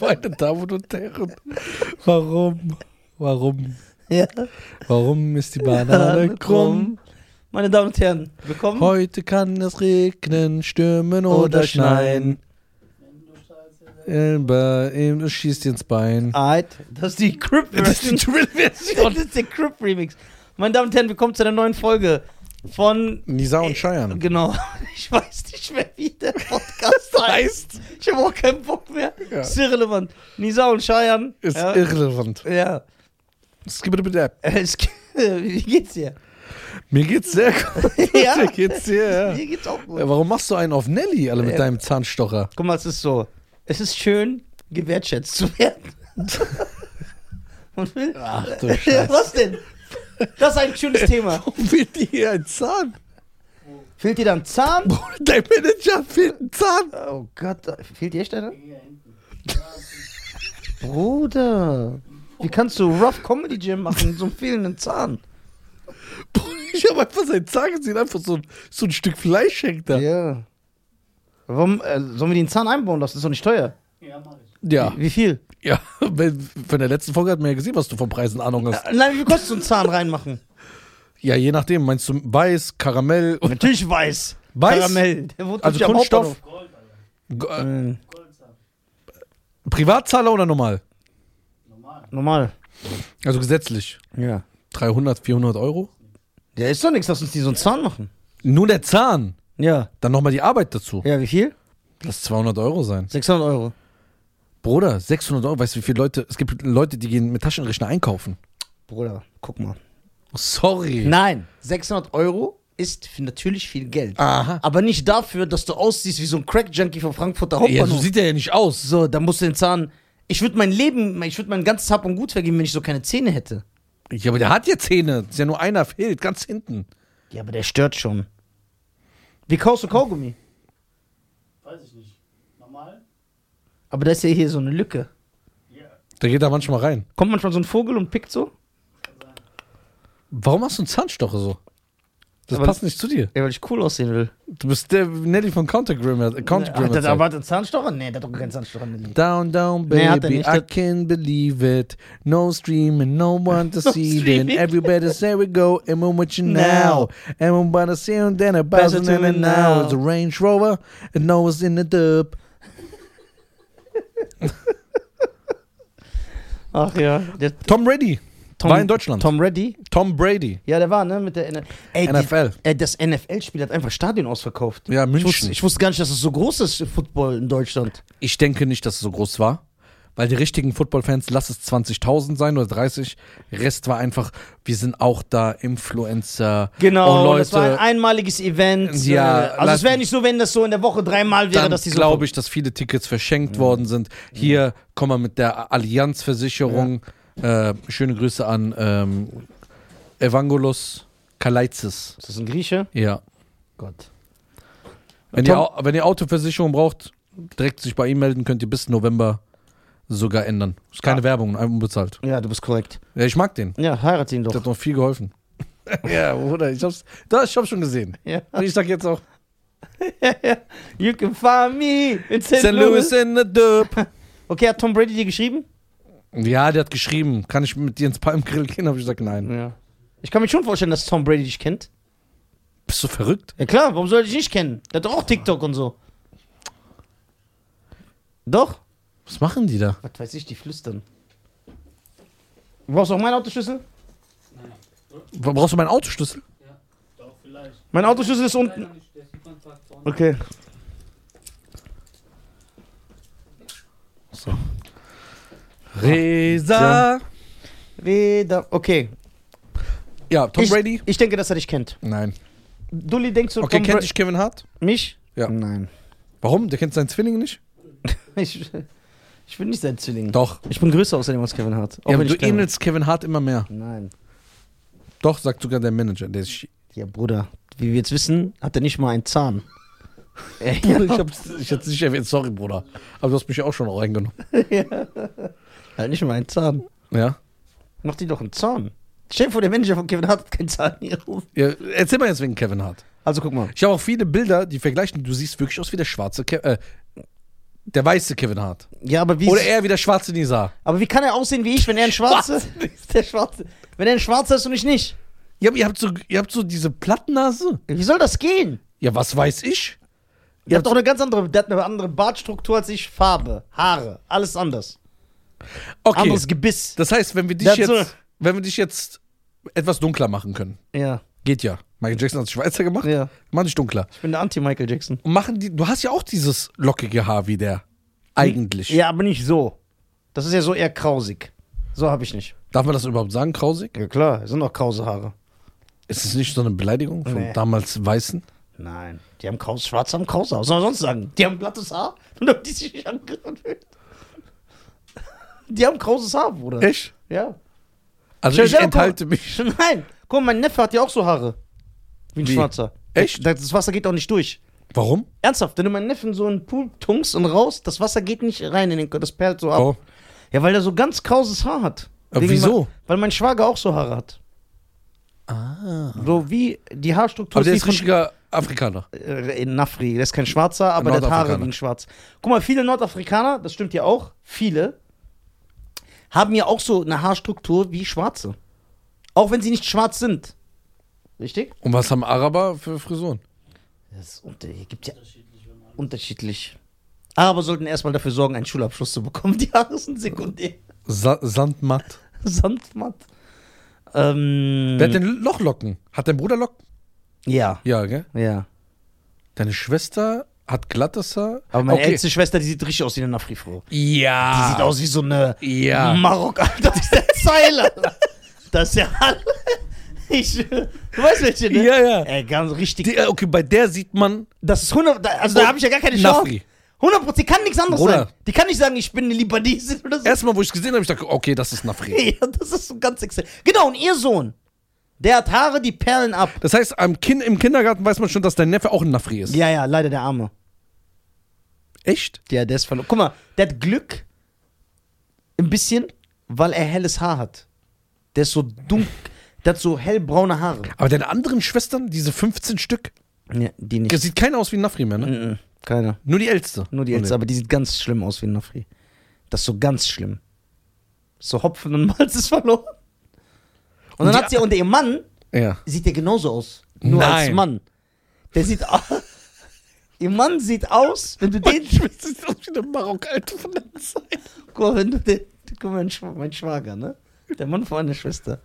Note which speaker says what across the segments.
Speaker 1: Meine Damen und Herren, warum? Warum?
Speaker 2: Ja.
Speaker 1: Warum ist die Banane krumm?
Speaker 2: Meine Damen und Herren, willkommen.
Speaker 1: Heute kann es regnen, stürmen oder,
Speaker 2: Oder
Speaker 1: schneien. Elba, ihm schießt ins Bein.
Speaker 2: Alright, das ist die Crip
Speaker 1: Das ist Ah, die
Speaker 2: Version. Das
Speaker 1: Drill-Version.
Speaker 2: ist der Crip Remix. Meine Damen und Herren, willkommen zu einer neuen Folge von.
Speaker 1: Nisa und Scheiern.
Speaker 2: Genau. Ich weiß nicht mehr, wie der Podcast heißt. Ich habe auch keinen Bock mehr.
Speaker 1: Ja.
Speaker 2: Ist irrelevant. Nisa und Scheiern.
Speaker 1: Ist
Speaker 2: ja.
Speaker 1: irrelevant.
Speaker 2: ja.
Speaker 1: Skibidi-bidi.
Speaker 2: Es, wie geht's dir?
Speaker 1: Mir geht's sehr gut.
Speaker 2: Ja.
Speaker 1: Mir geht's sehr.
Speaker 2: Mir geht's auch
Speaker 1: Ja,
Speaker 2: gut.
Speaker 1: warum machst du einen auf Nelly, alle mit
Speaker 2: Ja.
Speaker 1: deinem Zahnstocher?
Speaker 2: Guck mal, es ist so. Es ist schön, gewertschätzt zu werden. Und will.
Speaker 1: Ach du
Speaker 2: Was denn? Das ist ein schönes Thema.
Speaker 1: Warum fehlt dir hier ein Zahn?
Speaker 2: Fehlt dir dann Zahn?
Speaker 1: Bruder, dein Manager fehlt ein Zahn.
Speaker 2: Oh Gott, da- fehlt dir echt einer? Bruder, wie kannst du Rough Comedy Gym machen mit so einem fehlenden Zahn?
Speaker 1: Bruder, ich habe einfach seinen Zahn gesehen, einfach so, ein- so ein Stück Fleisch hängt da.
Speaker 2: Ja. Warum äh, sollen wir den Zahn einbauen lassen? Das ist doch nicht teuer.
Speaker 1: Ja,
Speaker 2: Wie viel?
Speaker 1: ja. Weil Von der letzten Folge hat man ja gesehen, was du von Preisen Ahnung hast.
Speaker 2: Äh, Nein, wie viel kostet so ein Zahn reinmachen?
Speaker 1: Ja, je nachdem. Meinst du weiß, Karamell und
Speaker 2: Natürlich weiß.
Speaker 1: Weiß?
Speaker 2: Karamell. Der wohnt
Speaker 1: also
Speaker 2: natürlich am
Speaker 1: Kunststoff?
Speaker 2: Hauptbahnhof.
Speaker 1: G- Äh,
Speaker 2: Mhm.
Speaker 1: Privatzahler oder normal?
Speaker 2: Normal.
Speaker 1: Also gesetzlich.
Speaker 2: Ja.
Speaker 1: 300, 400 Euro?
Speaker 2: Ja, ist doch nichts, dass uns die so einen Zahn machen.
Speaker 1: Nur der Zahn.
Speaker 2: Ja.
Speaker 1: Dann nochmal die Arbeit dazu.
Speaker 2: Ja, wie viel?
Speaker 1: Lass 200 Euro sein.
Speaker 2: 600 Euro.
Speaker 1: Bruder, 600 Euro. Weißt du, wie viele Leute... Es gibt Leute, die gehen mit Taschenrechner einkaufen.
Speaker 2: Bruder, guck mal.
Speaker 1: Sorry.
Speaker 2: Nein, 600 Euro ist f- natürlich viel Geld.
Speaker 1: Aha.
Speaker 2: Aber nicht dafür, dass du aussiehst wie so ein Crack-Junkie vom Frankfurter
Speaker 1: Ja, so
Speaker 2: Hauptbahnhof.
Speaker 1: sieht er ja nicht aus.
Speaker 2: so, da musst du den Zahn. Ich würde mein Leben, ich würde mein ganzes Hab und Gut vergeben, wenn ich so keine Zähne hätte.
Speaker 1: Ja, aber der hat ja Zähne. Ist ja nur einer fehlt, ganz hinten.
Speaker 2: Ja, aber der stört schon. Wie kaust du Kaugummi?
Speaker 3: Weiß ich nicht. Normal?
Speaker 2: Aber da ist ja hier so eine Lücke.
Speaker 3: Ja.
Speaker 1: Der geht da manchmal rein.
Speaker 2: Kommt manchmal so ein Vogel und pickt so?
Speaker 1: Warum hast du einen Zahnstocher so? Das
Speaker 2: Aber-
Speaker 1: passt nicht zu dir.
Speaker 2: Ja, weil ich cool aussehen will.
Speaker 1: Du bist der Nelly von äh, Countergrammer.
Speaker 2: Hat der da
Speaker 1: Countergrammer.
Speaker 2: warte, Zahnstocher? Nee, der hat doch keinen Zahnstocher. Nee.
Speaker 1: Down, down,
Speaker 2: Nee, hat er
Speaker 1: baby,
Speaker 2: nicht.
Speaker 1: I can't believe it. No streaming, no one to
Speaker 2: No
Speaker 1: see then.
Speaker 2: streaming.
Speaker 1: Everybody say we go, and we're with you now.
Speaker 2: Now.
Speaker 1: And we're about to see you then, a
Speaker 2: Pass it
Speaker 1: buzzing
Speaker 2: to
Speaker 1: in
Speaker 2: me
Speaker 1: and now.
Speaker 2: now.
Speaker 1: It's a Range Rover, and Noah's in the dub.
Speaker 2: Ach ja. Der
Speaker 1: Tom Brady
Speaker 2: Tom,
Speaker 1: war in Deutschland.
Speaker 2: Tom Reddy?
Speaker 1: Tom Brady,
Speaker 2: Ja, der war, ne? Mit der N Ey, die-
Speaker 1: NFL.
Speaker 2: Ey, das NFL-Spiel hat einfach Stadion ausverkauft.
Speaker 1: Ja,
Speaker 2: Ich wusste,
Speaker 1: München.
Speaker 2: ich wusste gar nicht, dass es so groß ist, Football in Deutschland.
Speaker 1: Ich denke nicht, dass es so groß war, weil die richtigen Football-Fans, lass es 20.000 sein oder 30, Rest war einfach, wir sind auch da, Influencer. und Leute,
Speaker 2: Genau, das war ein einmaliges Event.
Speaker 1: Ja,
Speaker 2: Äh, also
Speaker 1: lass-
Speaker 2: es wäre nicht so, wenn das so in der Woche dreimal wäre,
Speaker 1: dann
Speaker 2: dass die so. Mhm.
Speaker 1: glaube ich, dass viele Tickets verschenkt worden sind. Hier, komm mal mit der Allianzversicherung. Äh, schöne Grüße an ähm, Evangelos Kalaitzis.
Speaker 2: Ist das ein Grieche?
Speaker 1: Ja.
Speaker 2: Gott.
Speaker 1: Wenn
Speaker 2: Tom-
Speaker 1: ihr, Au- wenn ihr Autoversicherung braucht, direkt sich bei ihm melden, könnt ihr bis November sogar ändern. Ist keine Werbung, einfach unbezahlt.
Speaker 2: Ja, du bist korrekt.
Speaker 1: Ja, ich mag den.
Speaker 2: Ja, heirate ihn
Speaker 1: Das
Speaker 2: doch.
Speaker 1: hat noch viel geholfen. ja, Bruder, ich hab's, das, ich hab's schon gesehen.
Speaker 2: Ja.
Speaker 1: Und ich sag jetzt auch:
Speaker 2: You can find me in St.
Speaker 1: St. Louis in the Dub.
Speaker 2: Okay, hat Tom Brady dir geschrieben?
Speaker 1: Ja, der hat geschrieben, kann ich mit dir ins Palmgrill gehen? Hab ich gesagt, nein.
Speaker 2: Ja. Ich kann mir schon vorstellen, dass Tom Brady dich kennt.
Speaker 1: Bist du verrückt?
Speaker 2: Ja klar, warum soll ich dich nicht kennen? Der hat doch auch TikTok und so. Doch?
Speaker 1: Was machen die da?
Speaker 2: Was weiß ich, die flüstern. Du brauchst auch meinen Autoschlüssel?
Speaker 1: Brauchst du meinen Autoschlüssel?
Speaker 3: Doch, vielleicht.
Speaker 2: Mein Autoschlüssel ist unten.
Speaker 3: Der sieht man fast vorne.
Speaker 2: Okay.
Speaker 1: Resa.
Speaker 2: Weder. Okay.
Speaker 1: Ja, Tom
Speaker 2: ich,
Speaker 1: Brady?
Speaker 2: Ich denke, dass er dich kennt.
Speaker 1: Nein.
Speaker 2: Dulli, denkst du,
Speaker 1: Okay,
Speaker 2: Tom
Speaker 1: kennt
Speaker 2: Bra-
Speaker 1: dich Kevin Hart?
Speaker 2: mich?
Speaker 1: Ja.
Speaker 2: Nein.
Speaker 1: Warum? Der kennt seinen Zwilling nicht?
Speaker 2: Ich, ich bin nicht sein Zwilling.
Speaker 1: Doch.
Speaker 2: Ich bin größer außerdem als Kevin Hart. Auch
Speaker 1: Ja,
Speaker 2: wenn
Speaker 1: du
Speaker 2: ich klein bin.
Speaker 1: ähnelst Kevin Hart immer mehr.
Speaker 2: Nein.
Speaker 1: Doch, sagt sogar der Manager. Der ist
Speaker 2: Ja, Bruder. Wie wir jetzt wissen, hat er nicht mal einen Zahn. Ey,
Speaker 1: ich hab's ich hab's nicht erwähnt, sorry, Bruder. Aber du hast mich ja auch schon reingenommen.
Speaker 2: Er hat nicht mal einen Zahn.
Speaker 1: Ja?
Speaker 2: Mach dir doch einen Zahn. Stell dir vor, der Manager von Kevin Hart hat keinen Zahn hier.
Speaker 1: ja? Erzähl mal jetzt wegen Kevin Hart.
Speaker 2: Also guck mal.
Speaker 1: Ich habe auch viele Bilder, die vergleichen. Du siehst wirklich aus wie der schwarze Ke äh, Der weiße Kevin Hart.
Speaker 2: Ja, aber wie,
Speaker 1: Oder eher wie der schwarze Nizar.
Speaker 2: aber wie kann er aussehen wie ich, wenn er ein Schwarzer ist? Der Schwarze. Wenn er ein Schwarzer ist und ich nicht.
Speaker 1: Ja, aber ihr habt so, ihr habt so diese Plattnase.
Speaker 2: Wie soll das gehen?
Speaker 1: Ja, was weiß ich?
Speaker 2: Der hat doch eine ganz andere, der hat eine andere Bartstruktur als ich, Farbe, Haare, alles anders.
Speaker 1: Okay.
Speaker 2: Anderes Gebiss.
Speaker 1: Das heißt, wenn wir dich
Speaker 2: Das
Speaker 1: jetzt,
Speaker 2: so-
Speaker 1: wenn wir dich jetzt etwas dunkler machen können,
Speaker 2: Ja,
Speaker 1: geht ja. Michael Jackson hat sich Schweizer gemacht.
Speaker 2: ja.
Speaker 1: Mach dich dunkler.
Speaker 2: Ich bin der Anti-Michael Jackson.
Speaker 1: Und machen die, du hast ja auch dieses lockige Haar wie der. Eigentlich.
Speaker 2: Ja, aber nicht so. Das ist ja so eher krausig. So habe ich nicht.
Speaker 1: Darf man das überhaupt sagen, Krausig?
Speaker 2: Ja klar, sind auch krause Haare.
Speaker 1: Ist es nicht so eine Beleidigung von
Speaker 2: Nee.
Speaker 1: damals Weißen?
Speaker 2: Nein, die haben kraus, schwarz haben krause Haare. Was soll man sonst sagen? Die haben glattes Haar, nur die sich nicht angehört wird. Die haben krauses Haar, Bruder.
Speaker 1: Echt?
Speaker 2: Ja.
Speaker 1: Also
Speaker 2: Stell
Speaker 1: ich
Speaker 2: dir mal vor-
Speaker 1: enthalte mich.
Speaker 2: Nein, guck mal, mein Neffe hat ja auch so Haare. Wie ein
Speaker 1: Wie?
Speaker 2: Schwarzer.
Speaker 1: Echt?
Speaker 2: Das das Wasser geht auch nicht durch.
Speaker 1: Warum?
Speaker 2: Ernsthaft, wenn du meinen Neffen so in den Pool tunkst und raus, das Wasser geht nicht rein in den Körper, das perlt so ab.
Speaker 1: Warum?
Speaker 2: Ja, weil er so ganz krauses Haar hat.
Speaker 1: Oh. Aber
Speaker 2: Wegen
Speaker 1: wieso?
Speaker 2: mein- Weil mein Schwager auch so Haare hat.
Speaker 1: Ah.
Speaker 2: So wie die Haarstruktur
Speaker 1: Aber der
Speaker 2: wie
Speaker 1: ist
Speaker 2: von-
Speaker 1: richtiger Afrikaner.
Speaker 2: äh, in Nafri. Der ist kein Schwarzer, aber der hat Haare
Speaker 1: Nordafrikaner.
Speaker 2: wie ein Schwarz. Guck mal, viele Nordafrikaner, das stimmt ja auch, viele haben ja auch so eine Haarstruktur wie Schwarze. Auch wenn sie nicht schwarz sind. Richtig?
Speaker 1: Und was haben Araber für Frisuren?
Speaker 2: Das ist unter, hier gibt's ja
Speaker 3: Unterschiedlich, wenn man.
Speaker 2: unterschiedlich. Aber sollten erstmal dafür sorgen, einen Schulabschluss zu bekommen. Die Haare sind sekundär.
Speaker 1: Sa Sandmatt.
Speaker 2: Sandmatt. Ähm,
Speaker 1: Wer hat denn Lochlocken? Hat dein Bruder Locken?
Speaker 2: ja,
Speaker 1: Ja, gell?
Speaker 2: ja.
Speaker 1: Deine Schwester hat glattes Haar?
Speaker 2: Aber meine älteste Schwester, die sieht richtig aus wie eine Nafri-Frau. Die
Speaker 1: Ja.
Speaker 2: sieht aus wie so
Speaker 1: Ah.
Speaker 2: eine
Speaker 1: Ja.
Speaker 2: Marok, Alter. Das ist der Zeile. Alter. Das ist ja alle. Ich, du weißt welche, ne?
Speaker 1: Ja, ja.
Speaker 2: Ey, ganz richtig.
Speaker 1: Die, äh, okay, bei der sieht man.
Speaker 2: das ist 100, da- also da habe ich ja gar keine Chance.
Speaker 1: Nafri.
Speaker 2: 100 Prozent, die kann nichts anderes
Speaker 1: Bruder.
Speaker 2: sein. Die kann nicht sagen, ich bin eine Libanesin oder so.
Speaker 1: Erstmal, wo ich es gesehen habe, ich dachte, okay, das ist Nafri.
Speaker 2: Ja, das ist so ganz extrem. Genau, und ihr Sohn, der hat Haare, die perlen ab.
Speaker 1: Das heißt, am kind, im Kindergarten weiß man schon, dass dein Neffe auch ein Nafri ist.
Speaker 2: Ja, ja, leider der Arme.
Speaker 1: Echt?
Speaker 2: Ja, der ist verloren. Guck mal, der hat Glück. Ein bisschen, weil er helles Haar hat. Der ist so dunkel. Der hat so hellbraune Haare.
Speaker 1: Aber deine anderen Schwestern, diese 15 Stück,
Speaker 2: Ne, die
Speaker 1: da
Speaker 2: nicht.
Speaker 1: sieht keiner aus wie ein Nafri mehr, ne?
Speaker 2: Mhm, keine.
Speaker 1: Nur die Älteste.
Speaker 2: Nur die Älteste, aber die sieht ganz schlimm aus wie ein Nafri. Das ist so ganz schlimm. So Hopfen und Malz ist verloren.
Speaker 1: Und
Speaker 2: Und dann
Speaker 1: die-
Speaker 2: hat sie, und ihr Mann
Speaker 1: Ja.
Speaker 2: sieht der genauso aus. Nur als
Speaker 1: Nein.
Speaker 2: Mann. Der sieht aus. ihr Mann sieht aus, wenn du den.
Speaker 1: Schwester sieht aus wie eine Marokkalte von der Zeit.
Speaker 2: Guck mal, wenn du den, guck mal, mein, Schw mein Schwager, ne? Der Mann von meiner Schwester.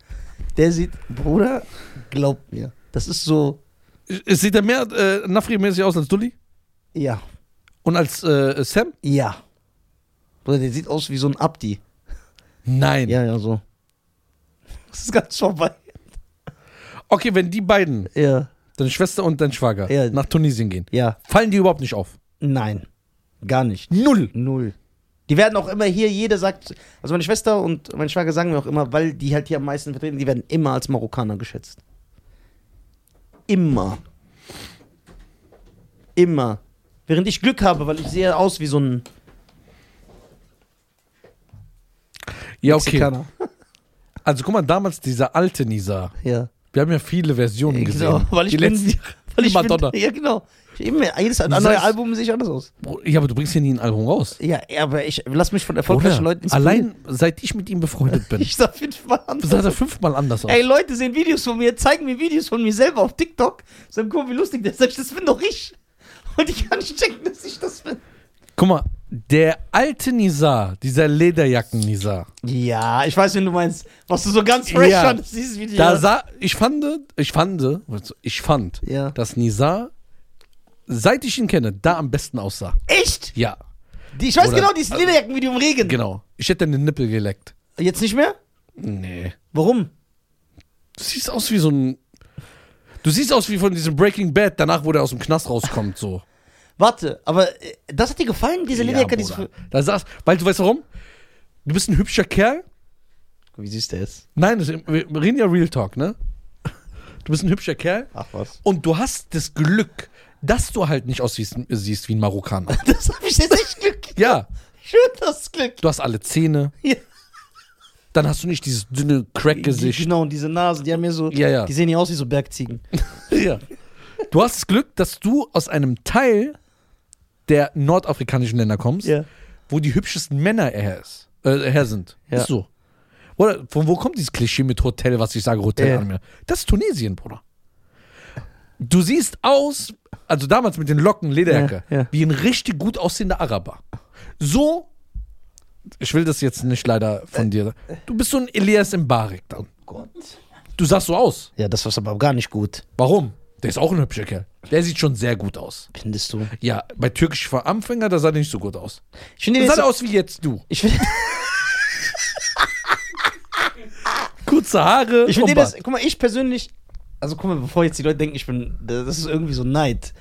Speaker 2: Der sieht, Bruder, glaub mir, das ist so,
Speaker 1: Sieht er mehr äh, Nafri-mäßig aus als Dulli?
Speaker 2: ja,
Speaker 1: Und als äh, Sam?
Speaker 2: ja. Bruder, der sieht aus wie so ein Abdi.
Speaker 1: Nein.
Speaker 2: Ja, ja, so. Das ist ganz vorbei.
Speaker 1: Okay, wenn die beiden,
Speaker 2: Ja,
Speaker 1: deine Schwester und dein Schwager,
Speaker 2: Ja.
Speaker 1: nach Tunesien gehen,
Speaker 2: ja,
Speaker 1: fallen die überhaupt nicht auf.
Speaker 2: nein, gar nicht.
Speaker 1: Null.
Speaker 2: Null. Die werden auch immer hier, jeder sagt, also meine Schwester und mein Schwager sagen mir auch immer, weil die halt hier am meisten vertreten, die werden immer als Marokkaner geschätzt. Immer. Immer. Während ich Glück habe, weil ich sehe aus wie so ein
Speaker 1: Ja, okay.
Speaker 2: Mexikaner.
Speaker 1: Also guck mal, damals dieser alte Nisa.
Speaker 2: Ja.
Speaker 1: Wir haben ja viele Versionen
Speaker 2: Genau,
Speaker 1: gesehen.
Speaker 2: weil ich
Speaker 1: die
Speaker 2: bin,
Speaker 1: letzten
Speaker 2: weil ich
Speaker 1: Madonna.
Speaker 2: Bin, ja, genau. Ich, immer, jedes
Speaker 1: Das
Speaker 2: andere
Speaker 1: heißt-
Speaker 2: Album sehe ich anders aus.
Speaker 1: Bro, Ja, aber du bringst ja nie ein Album raus.
Speaker 2: Ja, ja, aber ich lass mich von erfolgreichen Leuten inspirieren.
Speaker 1: allein seit ich mit ihm befreundet bin,
Speaker 2: Ich sah fünfmal anders
Speaker 1: sah er fünfmal anders aus.
Speaker 2: Ey, Leute sehen Videos von mir, zeigen mir Videos von mir selber auf TikTok. Sagen, guck mal, wie lustig das ist. Das bin doch ich. Und ich kann nicht checken, dass ich das bin.
Speaker 1: Guck mal, der alte Nisa, dieser Lederjacken-Nisa,
Speaker 2: Ja, ich weiß, wenn du meinst, was du so ganz fresh
Speaker 1: Ja.
Speaker 2: fandest, dieses Video.
Speaker 1: da sah, ich fand, ich fand, ich fand,
Speaker 2: Ja.
Speaker 1: dass Nisa, seit ich ihn kenne, da am besten aussah.
Speaker 2: Echt?
Speaker 1: Ja,
Speaker 2: Die, ich weiß
Speaker 1: Oder-
Speaker 2: genau, dieses Lederjackenvideo im Regen.
Speaker 1: genau. Ich hätte den Nippel geleckt.
Speaker 2: Jetzt nicht mehr?
Speaker 1: Nee.
Speaker 2: Warum?
Speaker 1: Du siehst aus wie so ein. Du siehst aus wie von diesem Breaking Bad, danach, wo der aus dem Knast rauskommt, so.
Speaker 2: Warte, aber äh, das hat dir gefallen, diese Lederjacke?
Speaker 1: Ja,
Speaker 2: diese
Speaker 1: Bruder. Da saß, weil du weißt warum? Du bist ein hübscher Kerl.
Speaker 2: wie süß der ist.
Speaker 1: Nein, das, wir reden ja Real Talk, ne? Du bist ein hübscher Kerl
Speaker 2: Ach was.
Speaker 1: und du hast das Glück, dass du halt nicht aussiehst siehst wie ein Marokkaner.
Speaker 2: Das hab ich jetzt echt Glück.
Speaker 1: Ja,
Speaker 2: Schön, das Glück.
Speaker 1: du hast alle Zähne,
Speaker 2: Ja.
Speaker 1: dann hast du nicht dieses dünne
Speaker 2: Die-
Speaker 1: Crack-Gesicht.
Speaker 2: Genau, und diese Nasen, die haben ja so,
Speaker 1: Ja, ja.
Speaker 2: die sehen ja aus wie so Bergziegen.
Speaker 1: Ja. Du hast das Glück, dass du aus einem Teil der nordafrikanischen Länder kommst,
Speaker 2: Ja.
Speaker 1: wo die hübschesten Männer her, ist, äh, her sind.
Speaker 2: Ja.
Speaker 1: Ist so. Oder von wo kommt dieses Klischee mit Hotel, was ich sage, Hotel
Speaker 2: Ja.
Speaker 1: an mir? Das ist Tunesien, Bruder. Du siehst aus, also damals mit den Locken, Lederjacke,
Speaker 2: Ja, ja.
Speaker 1: wie ein richtig gut aussehender Araber. So, ich will das jetzt nicht leider von dir. Du bist so ein Elias im Barik dann.
Speaker 2: Äh, Gott.
Speaker 1: Du sahst so aus.
Speaker 2: Ja, das war aber gar nicht gut,
Speaker 1: Warum? Der ist auch ein hübscher Kerl. Der sieht schon sehr gut aus.
Speaker 2: findest du.
Speaker 1: Ja, bei türkisch für Anfänger, da sah der nicht so gut aus.
Speaker 2: Ich finde
Speaker 1: Der
Speaker 2: jetzt,
Speaker 1: sah aus wie jetzt du.
Speaker 2: ich finde,
Speaker 1: Kurze Haare. oh
Speaker 2: ich finde
Speaker 1: und
Speaker 2: das,
Speaker 1: Bart.
Speaker 2: guck mal, ich persönlich, also guck mal, bevor jetzt die Leute denken, ich bin, das ist irgendwie so Neid.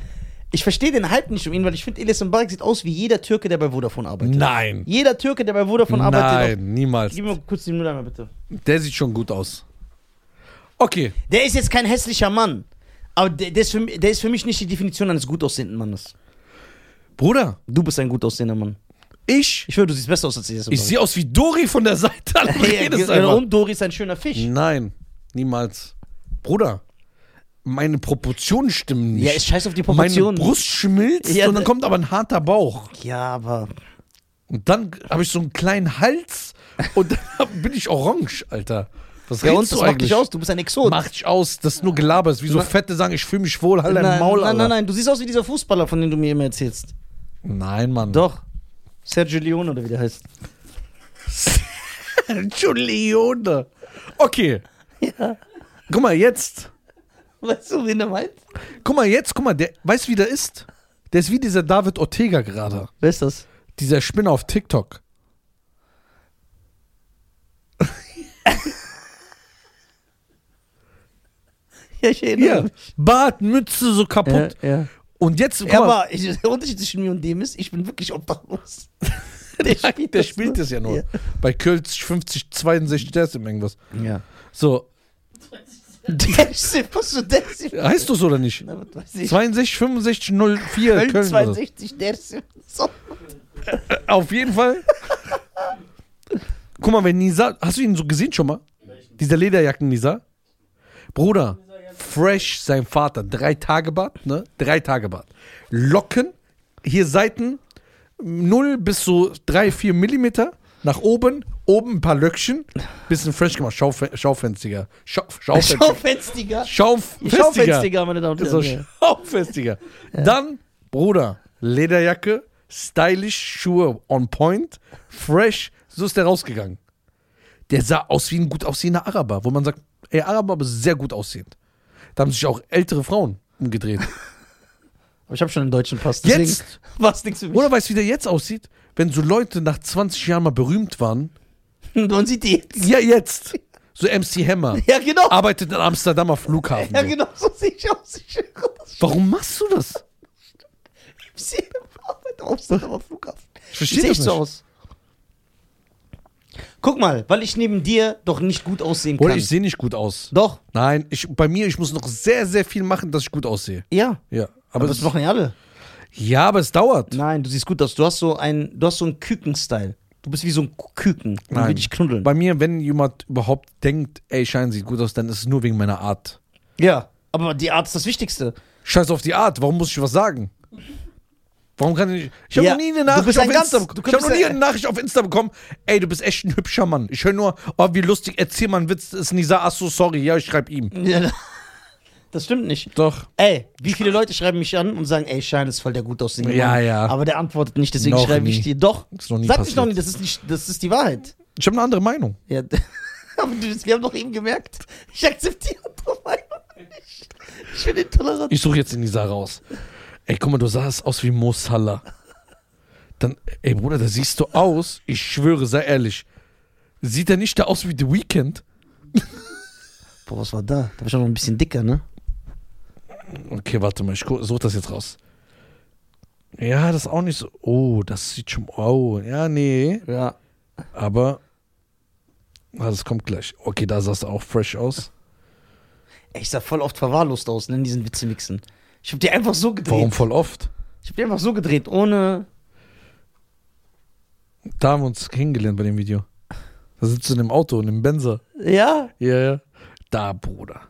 Speaker 2: Ich verstehe den Hype nicht um ihn, weil ich finde, Elias Mbarek sieht aus wie jeder Türke, der bei Vodafone arbeitet.
Speaker 1: Nein.
Speaker 2: Jeder Türke, der bei Vodafone arbeitet.
Speaker 1: Nein, niemals.
Speaker 2: Gib mir kurz die Müller bitte.
Speaker 1: Der sieht schon gut aus. Okay,
Speaker 2: Der ist jetzt kein hässlicher Mann. Aber der, der, ist für, mi- der ist für mich nicht die Definition eines gut aussehenden Mannes.
Speaker 1: Bruder,
Speaker 2: Du bist ein gut aussehender Mann.
Speaker 1: ich,
Speaker 2: Ich höre, du siehst besser aus als Elias
Speaker 1: ich sehe aus wie Dori von der Seite. Alter, redest
Speaker 2: ja, genau.
Speaker 1: einfach.
Speaker 2: Und Dori ist ein schöner Fisch.
Speaker 1: Nein, niemals. Bruder, meine Proportionen stimmen nicht.
Speaker 2: Ja, ich scheiß auf die
Speaker 1: meine
Speaker 2: Proportionen.
Speaker 1: Brust schmilzt
Speaker 2: Ja, ne-
Speaker 1: und dann
Speaker 2: d-
Speaker 1: kommt aber ein harter Bauch.
Speaker 2: Ja, aber.
Speaker 1: Und dann habe ich so einen kleinen Hals und dann bin ich orange, Alter. Was
Speaker 2: Ja, und
Speaker 1: redest
Speaker 2: das
Speaker 1: du
Speaker 2: macht dich
Speaker 1: eigentlich?
Speaker 2: aus, du bist ein Exot.
Speaker 1: Macht dich aus, das ist nur Gelaber. Das ist wie so
Speaker 2: Na-
Speaker 1: Fette sagen, ich fühle mich wohl, halt dein
Speaker 2: nein,
Speaker 1: Maul,
Speaker 2: nein,
Speaker 1: Alter.
Speaker 2: nein, nein, du siehst aus wie dieser Fußballer, von dem du mir immer erzählst.
Speaker 1: Nein, Mann.
Speaker 2: Doch. Sergio Leone oder wie der heißt.
Speaker 1: Giulione. Okay.
Speaker 2: Ja.
Speaker 1: Guck mal, jetzt.
Speaker 2: Weißt du, wen der meint?
Speaker 1: Guck mal, jetzt. Guck mal, der weiß, wie der ist. Der ist wie dieser David Ortega gerade.
Speaker 2: Wer ist das?
Speaker 1: Dieser Spinner auf TikTok.
Speaker 2: Ja, ich erinnere
Speaker 1: Hier. Bart, Mütze, so kaputt.
Speaker 2: Ja, ja.
Speaker 1: Und jetzt, guck
Speaker 2: Ja,
Speaker 1: mal,
Speaker 2: aber ich, der Unterschied zwischen mir und dem ist, ich bin wirklich obdachlos. Der spielt
Speaker 1: der
Speaker 2: das
Speaker 1: spielt
Speaker 2: nur.
Speaker 1: das ja nur.
Speaker 2: Ja.
Speaker 1: Bei Kölz 50, 62, der ist im irgendwas.
Speaker 2: Ja.
Speaker 1: So,
Speaker 2: Defensive, was du defensive?
Speaker 1: heißt du es oder nicht?
Speaker 2: Na, was weiß ich.
Speaker 1: 62, 65, 04, Köln.
Speaker 2: Köln
Speaker 1: oder so.
Speaker 2: 62, defensive. So.
Speaker 1: Auf jeden Fall. Guck mal, wenn Nisa. Hast du ihn so gesehen schon mal?
Speaker 3: Welchen?
Speaker 1: Dieser Lederjacken, Nisa? Bruder, fresh sein Vater. Drei Tage Bart, ne? Drei Tage Bart. Locken, hier Seiten 0 bis so 3, 4 Millimeter. Nach oben, oben ein paar Löckchen. Bisschen fresh gemacht. Schaufe Schaufenstiger. Schau Schaufenstiger.
Speaker 2: Schaufenstiger.
Speaker 1: Schaufenstiger.
Speaker 2: Schaufenstiger, meine Damen und
Speaker 1: So
Speaker 2: Herren.
Speaker 1: schaufestiger. Dann, Bruder, Lederjacke, stylisch, Schuhe on point, fresh, so ist der rausgegangen. Der sah aus wie ein gut aussehender Araber, wo man sagt, ey, Araber, aber sehr gut aussehend. Da haben sich auch ältere Frauen umgedreht.
Speaker 2: Aber ich habe schon einen deutschen Pass.
Speaker 1: Jetzt?
Speaker 2: war es nichts für mich.
Speaker 1: Oder weißt du, wie der jetzt aussieht? Wenn so Leute nach 20 Jahren mal berühmt waren.
Speaker 2: Man sieht die.
Speaker 1: Ja, jetzt. So MC Hammer.
Speaker 2: Ja, genau.
Speaker 1: Arbeitet in Amsterdamer Flughafen.
Speaker 2: Ja,
Speaker 1: So.
Speaker 2: genau, so sehe ich aus. Ich höre das
Speaker 1: Warum machst du das?
Speaker 2: Schipsi im Arbeit am Amsterdamer Flughafen.
Speaker 1: Ich verstehe
Speaker 2: Wie sehe
Speaker 1: das
Speaker 2: ich
Speaker 1: nicht.
Speaker 2: so aus? Guck mal, weil ich neben dir doch nicht gut aussehen
Speaker 1: Oder
Speaker 2: kann.
Speaker 1: ich sehe nicht gut aus.
Speaker 2: doch,
Speaker 1: Nein, ich, bei mir, ich muss noch sehr, sehr viel machen, dass ich gut aussehe.
Speaker 2: ja.
Speaker 1: Ja, aber,
Speaker 2: Aber
Speaker 1: das,
Speaker 2: das machen ja alle.
Speaker 1: ja, aber es dauert.
Speaker 2: Nein, du siehst gut aus. Du hast so einen, du hast so einen Küken-Style. Du bist wie so ein Küken. Man will
Speaker 1: Nein.
Speaker 2: dich knuddeln.
Speaker 1: Bei mir, wenn jemand überhaupt denkt, ey, Schein sieht gut aus, dann ist es nur wegen meiner Art.
Speaker 2: Ja, aber die Art ist das Wichtigste.
Speaker 1: Scheiß auf die Art, warum muss ich was sagen? Warum kann ich. Ich habe
Speaker 2: Ja,
Speaker 1: noch nie eine
Speaker 2: du
Speaker 1: Nachricht
Speaker 2: bist
Speaker 1: auf
Speaker 2: ein
Speaker 1: Insta
Speaker 2: ganz-
Speaker 1: bekommen.
Speaker 2: du
Speaker 1: Ich habe
Speaker 2: bist
Speaker 1: noch nie
Speaker 2: ein-
Speaker 1: eine Nachricht auf Insta bekommen. Ey, du bist echt ein hübscher Mann. Ich höre nur, oh, wie lustig, erzähl mal einen Witz, das ist Nisa, ach so, sorry, ja, ich schreibe ihm.
Speaker 2: Ja, das stimmt nicht.
Speaker 1: Doch.
Speaker 2: Ey, wie viele Leute schreiben mich an und sagen, ey, Schein ist voll der gut aussehende
Speaker 1: Ja,
Speaker 2: Mann.
Speaker 1: ja.
Speaker 2: Aber der antwortet nicht, deswegen
Speaker 1: Noch
Speaker 2: schreibe ich
Speaker 1: nie.
Speaker 2: dir. Doch,
Speaker 1: Ist noch nie
Speaker 2: sag mich
Speaker 1: passiert.
Speaker 2: noch nie, das ist, nicht, das ist die Wahrheit.
Speaker 1: Ich habe eine andere Meinung.
Speaker 2: Ja, d- aber du, wir haben doch eben gemerkt, ich akzeptiere unsere Meinung nicht. Ich bin intolerant.
Speaker 1: Ich suche jetzt den Nisa raus. Ey, guck mal, du sahst aus wie Mo Salah. Dann, ey Bruder, da siehst du aus, ich schwöre, sei ehrlich. Sieht er nicht da aus wie The Weeknd?
Speaker 2: Boah, was war da? Da war ich auch noch ein bisschen dicker, ne?
Speaker 1: Okay, warte mal, ich gu- such das jetzt raus. Ja, das ist auch nicht so. Oh, das sieht schon. Oh, ja, nee.
Speaker 2: Ja.
Speaker 1: Aber. Ah, das kommt gleich. Okay, da sahst du auch fresh aus.
Speaker 2: Ey, ich sah voll oft verwahrlost aus, ne, in diesen Witzemixen. Ich hab die einfach so gedreht.
Speaker 1: Warum voll oft?
Speaker 2: Ich hab die einfach so gedreht, ohne.
Speaker 1: Da haben wir uns kennengelernt bei dem Video. Da sitzt du in dem Auto, in dem Benzer.
Speaker 2: Ja?
Speaker 1: Ja, ja. Da, Bruder.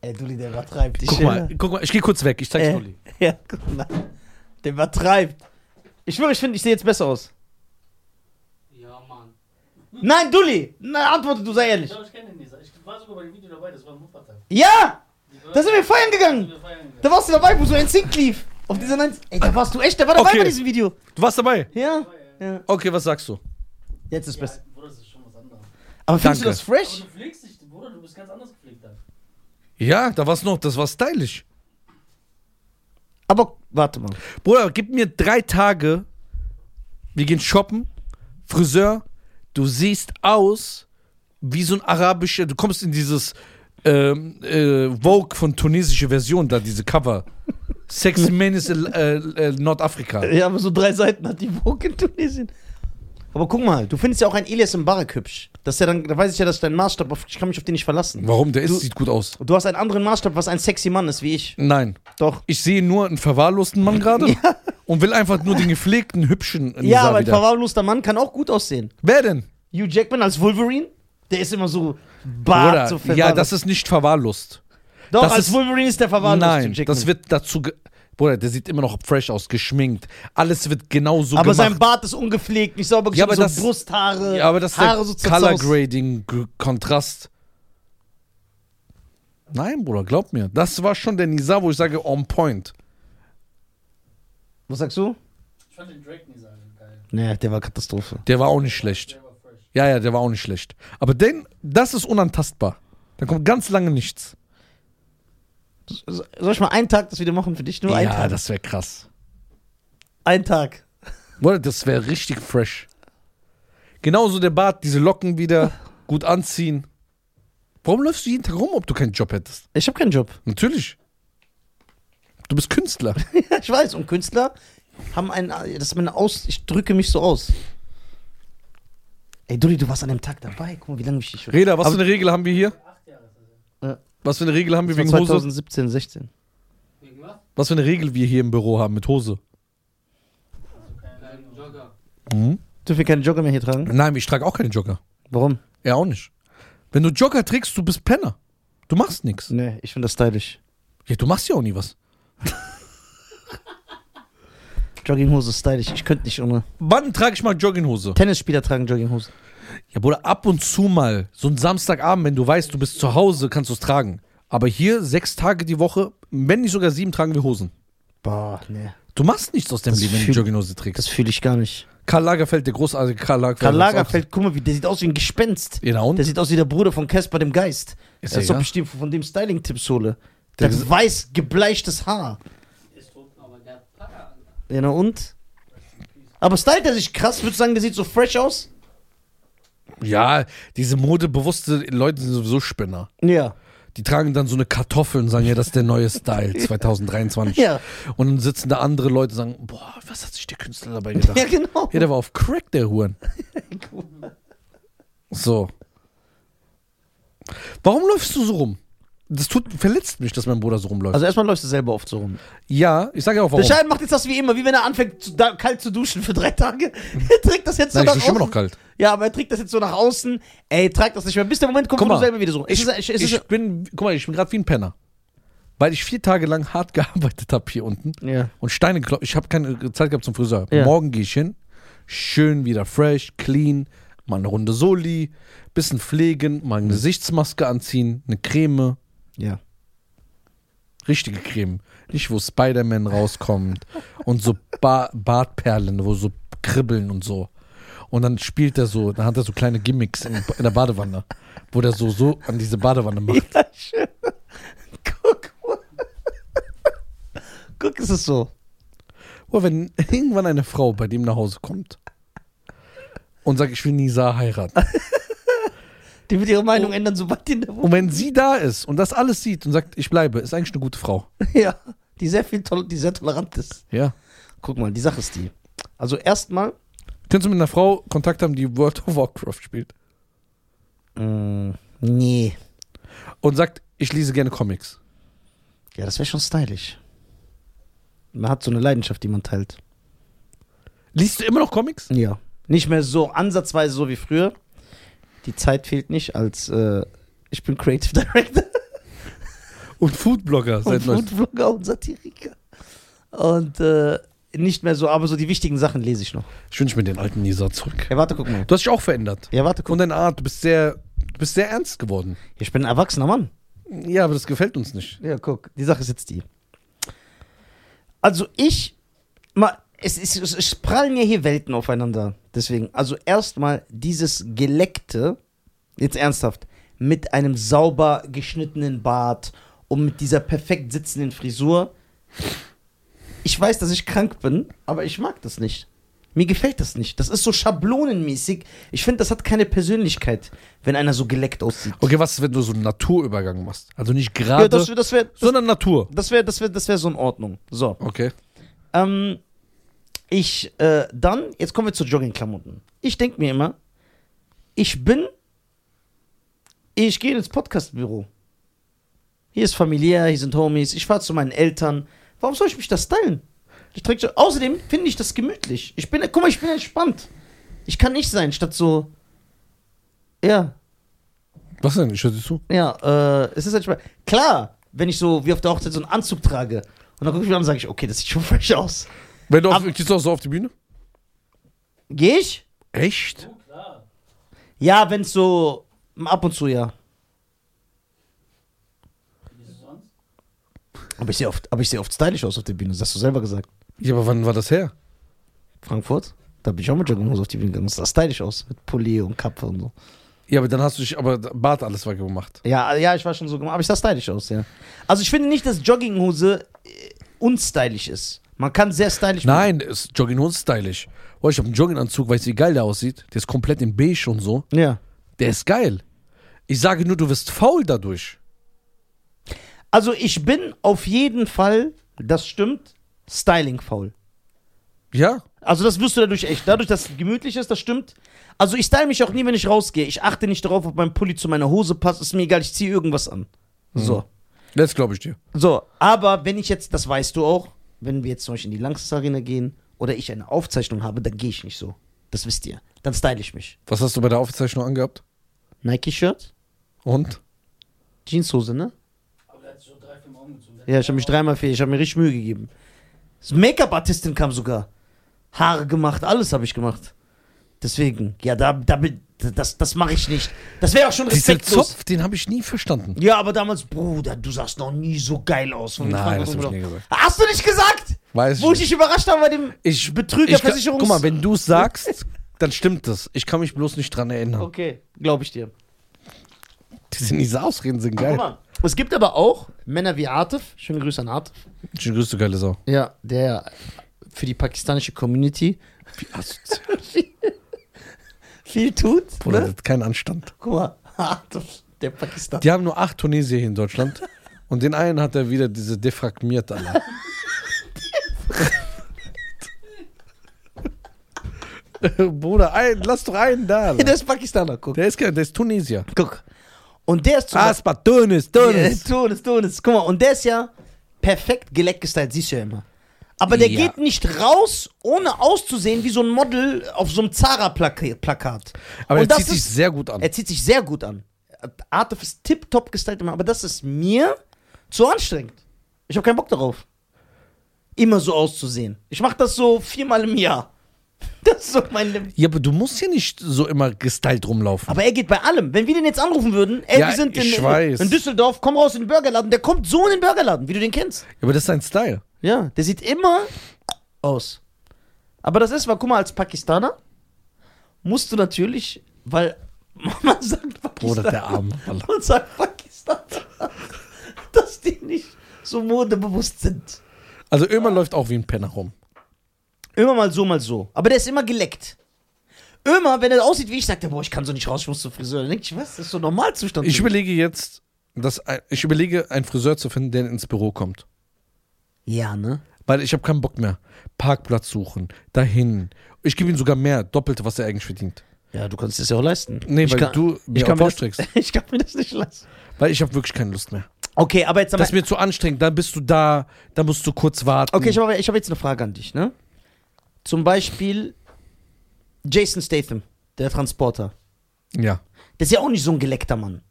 Speaker 2: Ey, Dulli, der übertreibt. Ich
Speaker 1: Guck
Speaker 2: schwöre.
Speaker 1: mal, guck mal, ich gehe kurz weg, ich zeig's
Speaker 2: Äh,
Speaker 1: Nulli.
Speaker 2: ja, guck mal. Der übertreibt. Ich schwöre, ich finde, ich sehe jetzt besser aus.
Speaker 3: Ja, Mann.
Speaker 2: Nein, Dulli! Na, antworte, du sei
Speaker 3: Ich
Speaker 2: ehrlich.
Speaker 3: glaube, ich kenne den nicht. Ich war sogar bei dem Video dabei, das war ein Muppertag.
Speaker 2: Ja!
Speaker 3: Die
Speaker 2: Da sind wir feiern
Speaker 3: sind
Speaker 2: gegangen!
Speaker 3: wir feiern gegangen.
Speaker 2: Da warst du dabei, wo so ein Sync lief. Auf dieser 9. Ey, da warst du echt, der war dabei
Speaker 1: Okay.
Speaker 2: bei diesem Video.
Speaker 1: Du warst dabei.
Speaker 2: Ja.
Speaker 3: Ja,
Speaker 2: ja.
Speaker 1: Okay, was sagst du?
Speaker 2: Jetzt ist besser.
Speaker 3: Bruder, das ist schon was anderes.
Speaker 2: Aber findest du
Speaker 1: Danke.
Speaker 2: das fresh?
Speaker 3: Aber du pflegst dich, Bruder, du bist ganz anders gepflegt da.
Speaker 1: Ja, da war's noch, das war stylisch.
Speaker 2: Aber warte mal.
Speaker 1: Bruder, gib mir drei Tage. Wir gehen shoppen, Friseur. Du siehst aus wie so ein arabischer. Du kommst in dieses ähm, äh, Vogue von tunesische Version da, diese Cover. Sexy Man ist äh, äh, Nordafrika.
Speaker 2: Ja, aber so drei Seiten hat die Vogue in Tunesien. Aber guck mal, du findest ja auch ein Elias Mbarek hübsch. Das ist ja dann, da weiß ich ja, das ist dein Maßstab, auf- ich kann mich auf den nicht verlassen.
Speaker 1: Warum? Der
Speaker 2: Du-
Speaker 1: ist, sieht gut aus.
Speaker 2: Und du hast einen anderen Maßstab, was ein sexy Mann ist, wie ich.
Speaker 1: Nein.
Speaker 2: Doch.
Speaker 1: Ich sehe nur einen verwahrlosten Mann gerade und will einfach nur den gepflegten, hübschen.
Speaker 2: Ja,
Speaker 1: Nizar
Speaker 2: aber ein
Speaker 1: wieder.
Speaker 2: verwahrloster Mann kann auch gut aussehen.
Speaker 1: Wer denn?
Speaker 2: Hugh Jackman als Wolverine, der ist immer so
Speaker 1: Bruder,
Speaker 2: bart so
Speaker 1: ja, das ist nicht verwahrlost.
Speaker 2: Doch,
Speaker 1: das
Speaker 2: als
Speaker 1: ist-
Speaker 2: Wolverine ist der verwahrlost.
Speaker 1: Nein,
Speaker 2: Hugh Jackman.
Speaker 1: das wird dazu. Ge Bruder, der sieht immer noch fresh aus, geschminkt. Alles wird genauso
Speaker 2: aber sein
Speaker 1: gemacht.
Speaker 2: Bart ist ungepflegt, nicht sauber
Speaker 1: Ja, aber
Speaker 2: geschnitten, so
Speaker 1: das-
Speaker 2: Brusthaare,
Speaker 1: ja, aber das ist
Speaker 2: Haare
Speaker 1: der
Speaker 2: so
Speaker 1: Color
Speaker 2: zerzaust.
Speaker 1: Grading G- Kontrast. Nein, Bruder, glaub mir. Das war schon der Nisa, wo ich sage, on point.
Speaker 2: Was sagst du?
Speaker 3: Ich fand den Drake nie sagen geil.
Speaker 2: Nee, der war Katastrophe.
Speaker 1: Der war auch nicht schlecht.
Speaker 3: Der war fresh.
Speaker 1: Ja, ja, der war auch nicht schlecht. Aber den, das ist unantastbar. Da kommt ganz lange nichts.
Speaker 2: So- Soll ich mal einen Tag das wieder machen für dich? Nur einen
Speaker 1: ja,
Speaker 2: Tag.
Speaker 1: das wäre krass.
Speaker 2: Einen Tag.
Speaker 1: Bruder, das wäre richtig fresh. Genauso der Bart, diese Locken wieder, gut anziehen. Warum läufst du jeden Tag rum, ob du keinen Job hättest?
Speaker 2: Ich habe keinen Job.
Speaker 1: Natürlich. Du bist Künstler.
Speaker 2: ich weiß. Und Künstler haben einen. Das ist meine Aus. Ich drücke mich so aus. Ey, Dulli, du warst an dem Tag dabei. Guck mal, wie lange ich dich schon.
Speaker 1: Reda, was für eine Regel haben wir hier?
Speaker 3: Acht Jahre ist das ja.
Speaker 1: Was für eine Regel haben wir
Speaker 2: Das war
Speaker 1: wegen Hose?
Speaker 2: 2017, 16.
Speaker 3: Wegen was?
Speaker 1: Was für eine Regel wir hier im Büro haben mit Hose?
Speaker 3: Also keine
Speaker 4: Ein
Speaker 3: Ahnung.
Speaker 4: Jogger.
Speaker 2: Dürfen wir keine Jogger mehr hier tragen?
Speaker 1: Nein, ich trage auch keinen Jogger.
Speaker 2: Warum?
Speaker 1: Er auch nicht. Wenn du Jogger trägst, du bist Penner. Du machst nichts.
Speaker 2: Nee, ich finde das stylisch.
Speaker 1: Ja, du machst ja auch nie was.
Speaker 2: Jogginghose ist stylisch. Ich könnte nicht ohne.
Speaker 1: Wann trage ich mal Jogginghose?
Speaker 2: Tennisspieler tragen Jogginghose.
Speaker 1: Ja, Bruder, ab und zu mal. So ein Samstagabend, wenn du weißt, du bist zu Hause, kannst du es tragen. Aber hier sechs Tage die Woche, wenn nicht sogar sieben, tragen wir Hosen.
Speaker 2: Boah, nee.
Speaker 1: Du machst nichts aus dem
Speaker 2: Das
Speaker 1: Leben, wenn du
Speaker 2: fühl-
Speaker 1: Jogginghose
Speaker 2: Das
Speaker 1: trägst.
Speaker 2: fühle ich gar nicht.
Speaker 1: Karl Lagerfeld, der großartige Karl Lagerfeld.
Speaker 2: Karl Lagerfeld, guck mal, wie, der sieht aus wie ein Gespenst.
Speaker 1: Genau.
Speaker 2: Der sieht aus wie der Bruder von Casper dem Geist.
Speaker 1: Ist
Speaker 2: Als
Speaker 1: er,
Speaker 2: ob
Speaker 1: ja?
Speaker 2: ich dir von dem Styling-Tipps hole.
Speaker 1: Der
Speaker 2: Das
Speaker 1: ges-
Speaker 2: weiß gebleichtes Haar.
Speaker 3: Ist tot, aber der hat Packer an.
Speaker 2: Ja, na und? Aber stylt er sich krass? Würdest du sagen, der sieht so fresh aus?
Speaker 1: Ja, diese modebewusste Leute sind sowieso Spinner.
Speaker 2: Ja.
Speaker 1: Die tragen dann so eine Kartoffel und sagen, ja, das ist der neue Style 2023.
Speaker 2: Ja.
Speaker 1: Und dann sitzen da andere Leute und sagen, boah, was hat sich der Künstler dabei gedacht?
Speaker 2: Ja, genau.
Speaker 1: Ja, der war auf Crack, der Huren. So. Warum läufst du so rum? Das tut, verletzt mich, dass mein Bruder so rumläuft.
Speaker 2: Also erstmal läufst du selber oft so rum.
Speaker 1: ja, ich sage ja auch
Speaker 2: Der
Speaker 1: warum.
Speaker 2: Schein macht jetzt das wie immer, wie wenn er anfängt zu, da, kalt zu duschen für drei Tage. Er trägt das jetzt
Speaker 1: Nein,
Speaker 2: so
Speaker 1: ich
Speaker 2: nach
Speaker 1: dusche
Speaker 2: außen.
Speaker 1: immer noch kalt.
Speaker 2: Ja, aber er trägt das jetzt so nach außen. Ey, trag das nicht mehr. Bis der Moment kommt,
Speaker 1: Guck
Speaker 2: wo
Speaker 1: mal,
Speaker 2: du selber wieder so rum.
Speaker 1: Ich, ich, bin, guck mal, ich bin gerade wie ein Penner. Weil ich vier Tage lang hart gearbeitet habe hier unten
Speaker 2: ja.
Speaker 1: und Steine geklopft. Ich habe keine Zeit gehabt zum Friseur.
Speaker 2: Ja.
Speaker 1: Morgen gehe ich hin, schön wieder fresh, clean, mal eine Runde Soli, bisschen pflegen, mal eine Gesichtsmaske anziehen, eine Creme,
Speaker 2: ja.
Speaker 1: richtige Creme. Nicht, wo Spider-Man rauskommt und so ba Bartperlen, wo so kribbeln und so. Und dann spielt er so, dann hat er so kleine Gimmicks in, in der Badewanne, wo der so, so an diese Badewanne macht.
Speaker 2: Ja, schön. Guck mal. Guck, ist es so.
Speaker 1: Oder wenn irgendwann eine Frau bei dem nach Hause kommt und sagt, ich will Nisa heiraten.
Speaker 2: Die wird ihre Meinung ändern, sobald die in der Wohnung
Speaker 1: Und wenn sie da ist und das alles sieht und sagt, ich bleibe, ist eigentlich eine gute Frau.
Speaker 2: Ja. Die sehr viel tol die sehr tolerant ist.
Speaker 1: Ja.
Speaker 2: Guck mal, die Sache ist die. Also erstmal
Speaker 1: Könntest du mit einer Frau Kontakt haben, die World of Warcraft spielt
Speaker 2: Mm, nee.
Speaker 1: und sagt, ich lese gerne Comics?
Speaker 2: Ja, das wäre schon stylisch. Man hat so eine Leidenschaft, die man teilt.
Speaker 1: Liest du immer noch Comics?
Speaker 2: Ja. Nicht mehr so ansatzweise so wie früher. Die Zeit fehlt nicht als äh, ich bin Creative Director
Speaker 1: Und Foodblogger
Speaker 2: und
Speaker 1: seit neuestem.
Speaker 2: Foodvlogger und Satiriker. Und äh, nicht mehr so, aber so die wichtigen Sachen lese ich noch.
Speaker 1: Ich wünsche mir den alten Nisa zurück.
Speaker 2: Ja, warte, guck mal.
Speaker 1: Du hast dich auch verändert.
Speaker 2: Ja, warte, guck
Speaker 1: Und deine Art, du bist sehr, du bist sehr ernst geworden.
Speaker 2: Ich bin ein erwachsener Mann.
Speaker 1: Ja, aber das gefällt uns nicht.
Speaker 2: Ja, guck, die Sache ist jetzt die. Also ich, mal, es, es, es, es prallen ja hier Welten aufeinander. Deswegen, also erstmal dieses Geleckte, jetzt ernsthaft, mit einem sauber geschnittenen Bart und mit dieser perfekt sitzenden Frisur. Ich weiß, dass ich krank bin, aber ich mag das nicht. Mir gefällt das nicht. Das ist so schablonenmäßig. Ich finde, das hat keine Persönlichkeit, wenn einer so geleckt aussieht.
Speaker 1: Okay, was ist, wenn du so einen Naturübergang machst? Also nicht gerade,
Speaker 2: Ja, das, das wäre
Speaker 1: sondern Natur.
Speaker 2: das wäre das wär, das wär so in Ordnung. So.
Speaker 1: Okay.
Speaker 2: Ähm, ich, äh, dann, jetzt kommen wir zu Joggingklamotten. Ich denke mir immer, ich bin, ich gehe ins Podcastbüro. Hier ist familiär, hier sind Homies, ich fahre zu meinen Eltern. Warum soll ich mich das teilen? Ich träg so, außerdem finde ich das gemütlich. Ich bin, guck mal, ich bin entspannt. Ich kann nicht sein, statt so, ja,
Speaker 1: Was denn? Ich höre dir zu.
Speaker 2: ja, äh, es ist halt schwer. Klar, wenn ich so wie auf der Hochzeit so einen Anzug trage und dann gucke ich mir an und sage ich, okay, das sieht schon fresh aus.
Speaker 1: Wenn du auf,
Speaker 2: Aber-
Speaker 1: gehst du auch so auf die Bühne?
Speaker 2: Gehe ich?
Speaker 1: Echt?
Speaker 3: Du, klar.
Speaker 2: Ja, wenn es so ab und zu ja.
Speaker 3: Wie sonst?
Speaker 2: Aber ich sehe oft, aber ich sehe oft stylisch aus auf der Bühne, das hast du selber gesagt.
Speaker 1: Ja, aber wann war das her?
Speaker 2: Frankfurt, da bin ich auch mit Jogginghose auf die Bühne gegangen, das sah stylisch aus mit Pulli und Kappe und so.
Speaker 1: Ja, aber dann hast du dich, aber Bart alles war gemacht.
Speaker 2: Ja, ja, ich war schon so gemacht, aber ich sah stylisch aus, ja. Also ich finde nicht, dass Jogginghose äh, unstylisch ist. Man kann sehr stylisch
Speaker 1: Nein, ist Jogginghose ist stylisch. Boah, ich habe einen Jogginganzug, weißt du, wie geil der aussieht? Der ist komplett in beige und so.
Speaker 2: Ja.
Speaker 1: Der ist geil. Ich sage nur, du wirst faul dadurch.
Speaker 2: Also ich bin auf jeden Fall, das stimmt, Styling faul.
Speaker 1: Ja?
Speaker 2: Also das wirst du dadurch echt. Dadurch, dass es gemütlich ist, das stimmt. Also ich style mich auch nie, wenn ich rausgehe. Ich achte nicht darauf, ob mein Pulli zu meiner Hose passt. Ist mir egal, ich ziehe irgendwas an. So.
Speaker 1: Das glaube ich dir.
Speaker 2: So, aber wenn ich jetzt, das weißt du auch, wenn wir jetzt zum Beispiel in die Langsess Arena gehen oder ich eine Aufzeichnung habe, dann gehe ich nicht so. Das wisst ihr. Dann style ich mich.
Speaker 1: Was hast du bei der Aufzeichnung angehabt?
Speaker 2: Nike-Shirt,
Speaker 1: Und?
Speaker 2: Jeanshose, ne?
Speaker 3: Aber der hat sich schon drei, vier Mal umgezogen. Der
Speaker 2: Ja,
Speaker 3: hat
Speaker 2: ich habe mich
Speaker 3: drei.
Speaker 2: dreimal fähig, ich habe mir richtig Mühe gegeben. Das Make-up-Artistin kam sogar. Haare gemacht, alles habe ich gemacht. Deswegen, ja, da, da bin- das, das mache ich nicht. Das wäre auch schon
Speaker 1: Dieser
Speaker 2: respektlos.
Speaker 1: Zopf, den habe ich nie verstanden.
Speaker 2: Ja, aber damals, Bruder, du sahst noch nie so geil aus. Und
Speaker 1: Nein, das
Speaker 2: Frank-
Speaker 1: hab ich nie gesagt.
Speaker 2: Hast du nicht gesagt?
Speaker 1: Weiß
Speaker 2: Wo ich
Speaker 1: ich nicht.
Speaker 2: dich überrascht habe bei dem
Speaker 1: Ich ich kann-
Speaker 2: Betrügerversicherungs...
Speaker 1: Guck mal, wenn du es sagst, dann stimmt das. Ich kann mich bloß nicht dran erinnern.
Speaker 2: Okay, glaube ich dir.
Speaker 1: Diese Nisa Ausreden sind
Speaker 2: Guck
Speaker 1: geil.
Speaker 2: mal, es gibt aber auch Männer wie Atif. Schöne Grüße an Atif.
Speaker 1: Schöne Grüße, geile Sau.
Speaker 2: Ja, der für die pakistanische Community
Speaker 1: Wie asozial.
Speaker 2: viel tut.
Speaker 1: Bruder,
Speaker 2: ne?
Speaker 1: das hat keinen Anstand.
Speaker 2: Guck mal, Atif, der Pakistan.
Speaker 1: Die haben nur acht Tunesier hier in Deutschland. Und den einen hat er wieder diese defragmiert, Alter. Bruder, ein, lass doch einen da. Alter.
Speaker 2: Der ist Pakistaner, guck.
Speaker 1: Der ist kein, der ist Tunesier. Ah,
Speaker 2: Guck. Und der ist zum
Speaker 1: Aspa, Tunis, Tunis.
Speaker 2: Ja, Tunis, Tunis. Guck mal, und der ist ja perfekt geleckt gestylt, siehst du ja immer. Aber der
Speaker 1: Ja.
Speaker 2: geht nicht raus, ohne auszusehen wie so ein Model auf so einem Zara-Plakat.
Speaker 1: Aber
Speaker 2: und
Speaker 1: er
Speaker 2: das
Speaker 1: zieht sich
Speaker 2: ist,
Speaker 1: sehr gut an.
Speaker 2: er zieht sich sehr gut an. Artif ist tipptopp gestylt, immer, aber das ist mir zu anstrengend. Ich habe keinen Bock darauf. Immer so auszusehen. Ich mache das so viermal im Jahr. Das ist so mein Limit.
Speaker 1: Ja, aber du musst ja nicht so immer gestylt rumlaufen.
Speaker 2: Aber er geht bei allem. Wenn wir den jetzt anrufen würden, ey,
Speaker 1: Ja,
Speaker 2: wir sind in,
Speaker 1: ich weiß.
Speaker 2: in Düsseldorf, komm raus in den Burgerladen, der kommt so in den Burgerladen, wie du den kennst.
Speaker 1: Ja, aber das ist sein Style.
Speaker 2: Ja. Der sieht immer aus. Aber das ist, weil, guck mal, als Pakistaner musst du natürlich, weil man sagt
Speaker 1: Bruder,
Speaker 2: Pakistan,
Speaker 1: der Arme. Alter.
Speaker 2: man sagt Pakistan, dass die nicht so modebewusst sind.
Speaker 1: Also Ömer läuft auch wie ein Penner rum.
Speaker 2: Immer mal so, mal so. Aber der ist immer geleckt. Immer, wenn er aussieht wie ich, sagt er, boah, ich kann so nicht raus, ich muss zum Friseur. Dann denk ich, was, das ist so Normalzustand.
Speaker 1: Ich überlege jetzt, dass ein- ich überlege, einen Friseur zu finden, der ins Büro kommt.
Speaker 2: ja, ne?
Speaker 1: Weil ich habe keinen Bock mehr. Parkplatz suchen, dahin. Ich gebe ihm sogar mehr, doppelte, was er eigentlich verdient.
Speaker 2: Ja, du kannst es ja auch leisten.
Speaker 1: Nee,
Speaker 2: ich
Speaker 1: weil
Speaker 2: kann,
Speaker 1: du mir
Speaker 2: ich kann, mir das,
Speaker 1: vorstreckst.
Speaker 2: ich kann mir das nicht leisten.
Speaker 1: Weil ich habe wirklich keine Lust mehr.
Speaker 2: Okay, aber jetzt
Speaker 1: Das ist mir zu anstrengend, dann bist du da, dann musst du kurz warten.
Speaker 2: Okay, ich habe ich hab jetzt eine Frage an dich, ne? Zum Beispiel Jason Statham, der Transporter.
Speaker 1: ja.
Speaker 2: Der ist ja auch nicht so ein geleckter Mann.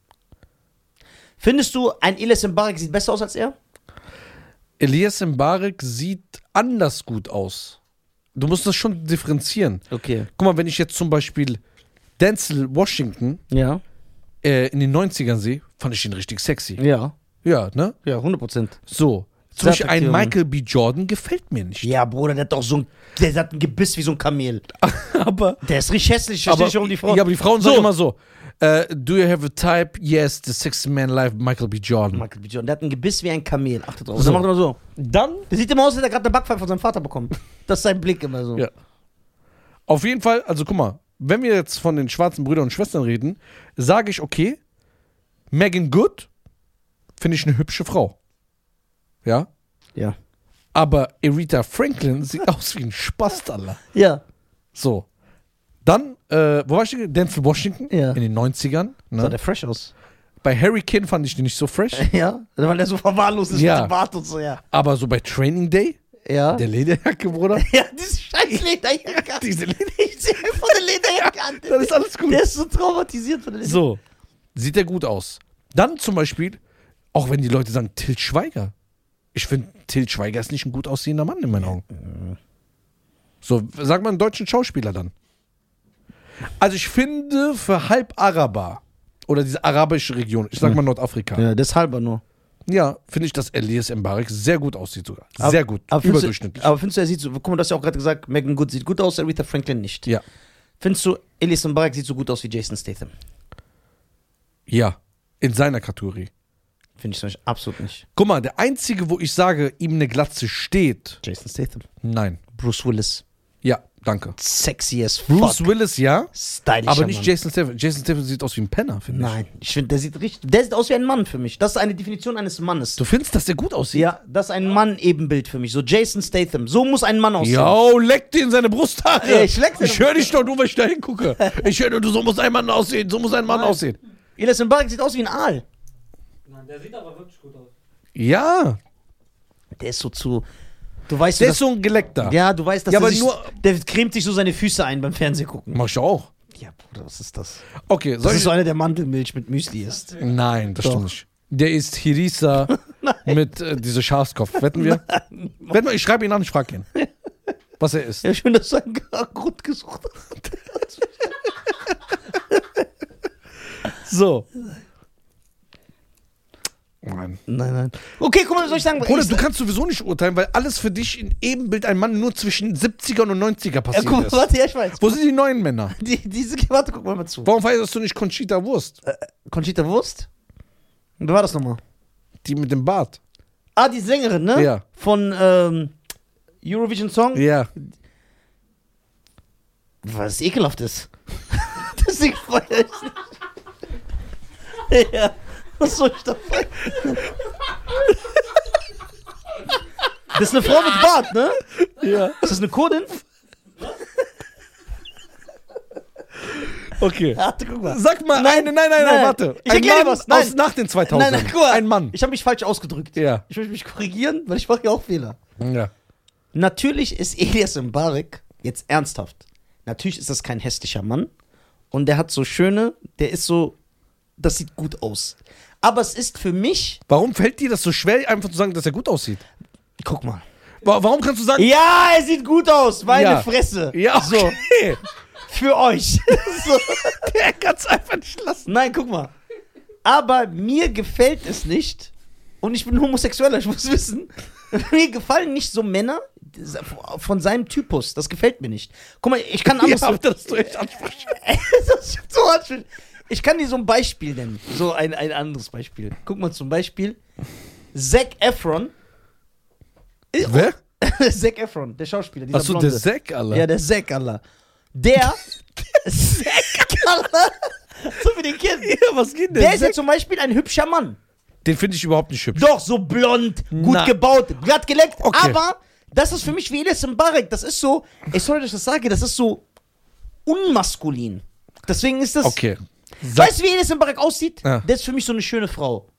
Speaker 2: Findest du, ein Elias Mbarek sieht besser aus als er?
Speaker 1: Elias Mbarek sieht anders gut aus. Du musst das schon differenzieren.
Speaker 2: Okay.
Speaker 1: Guck mal, wenn ich jetzt zum Beispiel Denzel Washington
Speaker 2: Ja.
Speaker 1: äh, in den 90ern sehe, fand ich ihn richtig sexy.
Speaker 2: Ja.
Speaker 1: Ja, ne?
Speaker 2: Ja, 100 Prozent.
Speaker 1: So. Zum
Speaker 2: Sehr
Speaker 1: Beispiel ein
Speaker 2: attraktiv.
Speaker 1: Michael B. Jordan gefällt mir nicht.
Speaker 2: Ja, Bruder, der hat doch so ein, der hat ein Gebiss wie so ein Kamel.
Speaker 1: aber
Speaker 2: Der ist richtig hässlich, verstehe ich auch die Frau.
Speaker 1: Ja, aber die Frauen sagen immer so: äh, Do you have a type? Yes, the sexy man life, Michael B. Jordan.
Speaker 2: Michael B. Jordan, der hat ein Gebiss wie ein Kamel. Achtet drauf.
Speaker 1: So.
Speaker 2: Der macht immer so.
Speaker 1: Dann
Speaker 2: Der sieht immer aus, als hätte er gerade eine Backpfeife von seinem Vater bekommen. Das ist sein Blick immer so.
Speaker 1: Ja. Auf jeden Fall, also guck mal, wenn wir jetzt von den schwarzen Brüdern und Schwestern reden, sage ich, okay, Megan Good finde ich eine hübsche Frau. Ja?
Speaker 2: Ja.
Speaker 1: Aber Aretha Franklin sieht aus wie ein Spast, Alter.
Speaker 2: Ja.
Speaker 1: So. Dann, äh, wo war ich? denn? Denzel Washington
Speaker 2: Ja.
Speaker 1: in den 90ern.
Speaker 2: Sah
Speaker 1: Ne?
Speaker 2: der fresh aus.
Speaker 1: Bei Harry Kane fand ich den nicht so fresh,
Speaker 2: Ja. Weil der so verwahrlost ist
Speaker 1: Ja.
Speaker 2: mit dem Bart und so, ja.
Speaker 1: aber so bei Training Day,
Speaker 2: Ja.
Speaker 1: der Lederjacke, Bruder,
Speaker 2: ja, diese scheiß Lederjacke.
Speaker 1: Diese
Speaker 2: Ich sehe von der Lederjacke an.
Speaker 1: dann ist alles gut.
Speaker 2: Der ist so traumatisiert von der Lederjacke.
Speaker 1: So, sieht er gut aus. Dann zum Beispiel, auch wenn die Leute sagen, Til Schweiger. Ich finde, Til Schweiger ist nicht ein gut aussehender Mann in meinen Augen. So, sag mal einen deutschen Schauspieler dann. Also ich finde, für halb Araber oder diese arabische Region, ich sag mal Nordafrika, ja,
Speaker 2: Ja, deshalb nur.
Speaker 1: finde ich, dass Elias Mbarek sehr gut aussieht sogar. sehr gut,
Speaker 2: Aber findest
Speaker 1: überdurchschnittlich.
Speaker 2: Du, aber findest du, er sieht so, guck mal, du hast ja auch gerade gesagt, Megan Good sieht gut aus, Aretha Franklin nicht.
Speaker 1: ja,
Speaker 2: Findest du, Elias Mbarek sieht so gut aus wie Jason Statham?
Speaker 1: ja, in seiner Kategorie.
Speaker 2: Finde ich zum Beispiel absolut nicht.
Speaker 1: Guck mal, der Einzige, wo ich sage, ihm eine Glatze steht,
Speaker 2: Jason Statham.
Speaker 1: nein.
Speaker 2: Bruce Willis.
Speaker 1: Ja, danke.
Speaker 2: Sexy as fuck.
Speaker 1: Bruce Willis, ja.
Speaker 2: Stylischer
Speaker 1: Aber nicht
Speaker 2: Mann.
Speaker 1: Jason Statham. Jason Statham sieht aus wie ein Penner, finde ich.
Speaker 2: Nein, ich finde, der sieht richtig. Der sieht aus wie ein Mann für mich. Das ist eine Definition eines Mannes.
Speaker 1: Du findest, dass der gut aussieht?
Speaker 2: ja, das ist ein Mann-Ebenbild für mich. So Jason Statham. So muss ein Mann aussehen.
Speaker 1: Yo, leck dir in seine Brusthaare.
Speaker 2: Ja, ich leck dir-
Speaker 1: ich höre dich doch nur, wenn ich da hingucke. Ich höre nur, du, so muss ein Mann aussehen, so muss ein Mann
Speaker 2: Nein.
Speaker 1: aussehen.
Speaker 2: Elias Mbarek sieht aus wie ein Aal.
Speaker 3: Nein, der sieht aber wirklich gut aus.
Speaker 1: Ja,
Speaker 2: Der ist so zu. Du weißt,
Speaker 1: der
Speaker 2: so,
Speaker 1: ist so ein Geleckter.
Speaker 2: dass, ja, du weißt, dass
Speaker 1: Ja,
Speaker 2: der,
Speaker 1: aber
Speaker 2: sich,
Speaker 1: nur-
Speaker 2: der cremt sich so seine Füße ein beim Fernsehen gucken.
Speaker 1: Mach ich auch.
Speaker 2: Ja, Bruder, was ist das?
Speaker 1: Okay, soll
Speaker 2: Das ist
Speaker 1: ich...
Speaker 2: so einer, der Mandelmilch mit Müsli ist.
Speaker 1: Nein, das
Speaker 2: Doch.
Speaker 1: stimmt nicht. Der ist Hirisa mit äh, dieser Schafskopf. Wetten wir? Wetten wir? Ich schreibe ihn an, ich frage ihn, was er ist.
Speaker 2: Ja, schön, dass du einen Grund gesucht hast.
Speaker 1: So. Nein.
Speaker 2: Nein, nein. Okay, guck mal, was soll ich sagen?
Speaker 1: Bruder,
Speaker 2: ich,
Speaker 1: du kannst sowieso nicht urteilen, weil alles für dich in Ebenbild ein Mann nur zwischen 70ern und 90er
Speaker 2: ja,
Speaker 1: passiert
Speaker 2: guck mal,
Speaker 1: ist.
Speaker 2: warte, ja, ich weiß.
Speaker 1: Wo sind die neuen Männer?
Speaker 2: Die, diese, warte, guck mal mal zu.
Speaker 1: Warum feierst du nicht Conchita Wurst?
Speaker 2: Äh. Conchita Wurst? Wer war das nochmal?
Speaker 1: Die mit dem Bart.
Speaker 2: Ah, die Sängerin, ne?
Speaker 1: Ja.
Speaker 2: Von ähm, Eurovision Song.
Speaker 1: Ja.
Speaker 2: Was ekelhaft ist. das Ding feuer ich nicht. ja. Was soll ich da feuern? Das ist eine Frau mit Bart, ne?
Speaker 1: Ja.
Speaker 2: Ist das eine Kurdin?
Speaker 1: Okay.
Speaker 2: Warte, guck mal.
Speaker 1: Sag mal, nein, nein, nein, nein,
Speaker 2: nein.
Speaker 1: warte.
Speaker 2: Ich
Speaker 1: ein
Speaker 2: erklär dir
Speaker 1: Mann
Speaker 2: was. Nein.
Speaker 1: aus nach den 2000
Speaker 2: Nein, nein, guck mal.
Speaker 1: Ein Mann.
Speaker 2: Ich habe mich falsch ausgedrückt.
Speaker 1: Ja.
Speaker 2: Ich möchte mich korrigieren, weil ich mache ja auch Fehler.
Speaker 1: ja.
Speaker 2: Natürlich ist Elias Mbarek, jetzt ernsthaft, natürlich ist das kein hässlicher Mann. Und der hat so schöne, der ist so, das sieht gut aus. Aber es ist für mich,
Speaker 1: Warum fällt dir das so schwer, einfach zu sagen, dass er gut aussieht?
Speaker 2: guck mal.
Speaker 1: Wa- Warum kannst du sagen,
Speaker 2: Ja, er sieht gut aus, meine
Speaker 1: Ja.
Speaker 2: Fresse.
Speaker 1: ja,
Speaker 2: So,
Speaker 1: okay.
Speaker 2: für euch. so.
Speaker 1: der kann es einfach nicht lassen.
Speaker 2: Nein, guck mal. Aber mir gefällt es nicht. Und ich bin Homosexueller, ich muss wissen. Mir gefallen nicht so Männer von seinem Typus. Das gefällt mir nicht. Guck mal, ich kann
Speaker 1: Ja,
Speaker 2: anders.
Speaker 1: aber das ist doch echt ansprechend.
Speaker 2: das ist so anstrengend. Ich kann dir so ein Beispiel nennen. So ein, ein anderes Beispiel. Guck mal zum Beispiel. Zac Efron.
Speaker 1: Wer?
Speaker 2: Zac Efron, der Schauspieler. dieser
Speaker 1: Achso, der
Speaker 2: Blonde.
Speaker 1: Zack, Alter.
Speaker 2: Ja, der Zack, Allah. Der. Zack, Allah. So wie den Kind.
Speaker 1: Ja, was geht denn?
Speaker 2: Der ist ja
Speaker 1: Zack?
Speaker 2: zum Beispiel ein hübscher Mann.
Speaker 1: Den finde ich überhaupt nicht hübsch.
Speaker 2: Doch, so blond, gut
Speaker 1: Na.
Speaker 2: gebaut, glatt geleckt.
Speaker 1: Okay.
Speaker 2: Aber das ist für mich wie Elias Mbarek. Das ist so, ey, sorry, dass ich das sage, das ist so unmaskulin. Deswegen ist das.
Speaker 1: Okay. Sag-
Speaker 2: Weißt du, wie Elias Mbarek aussieht?
Speaker 1: Ja.
Speaker 2: Der ist für mich so eine schöne Frau.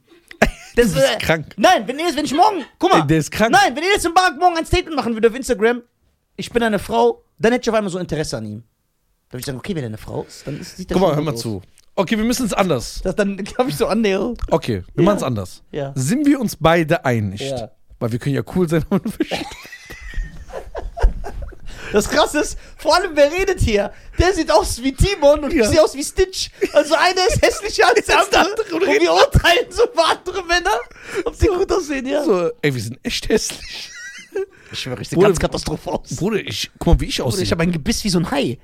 Speaker 2: Das ist äh,
Speaker 1: krank.
Speaker 2: Nein, wenn, Elias, wenn ich morgen. Guck mal.
Speaker 1: Ey, der ist krank.
Speaker 2: Nein, wenn Elias Mbarek morgen ein Statement machen würde auf Instagram, ich bin eine Frau, dann hätte ich auf einmal so Interesse an ihm. Da würde ich sagen, okay, wenn er eine Frau ist, dann ist, sieht er
Speaker 1: Guck mal,
Speaker 2: schon
Speaker 1: hör
Speaker 2: gut
Speaker 1: mal
Speaker 2: aus.
Speaker 1: zu. Okay, wir müssen es anders.
Speaker 2: Das dann, glaube ich, so ah, annähere.
Speaker 1: Okay, wir
Speaker 2: Ja.
Speaker 1: machen es anders.
Speaker 2: Ja.
Speaker 1: Sind wir uns beide einig?
Speaker 2: Ja.
Speaker 1: Weil wir können ja cool sein und
Speaker 2: Das krasse ist, vor allem wer redet hier? Der sieht aus wie Timon und
Speaker 1: Ja.
Speaker 2: ich sehe aus wie Stitch. Also einer ist hässlicher als der andere. Und wir urteilen so über andere Männer, ob sie gut aussehen, ja.
Speaker 1: so, ey, wir sind echt hässlich.
Speaker 2: Ich schwöre, ich sehe
Speaker 1: Bruder,
Speaker 2: ganz katastroph aus.
Speaker 1: Bruder, ich, guck mal, wie ich
Speaker 2: Bruder,
Speaker 1: aussehe.
Speaker 2: ich habe ein Gebiss wie so ein Hai.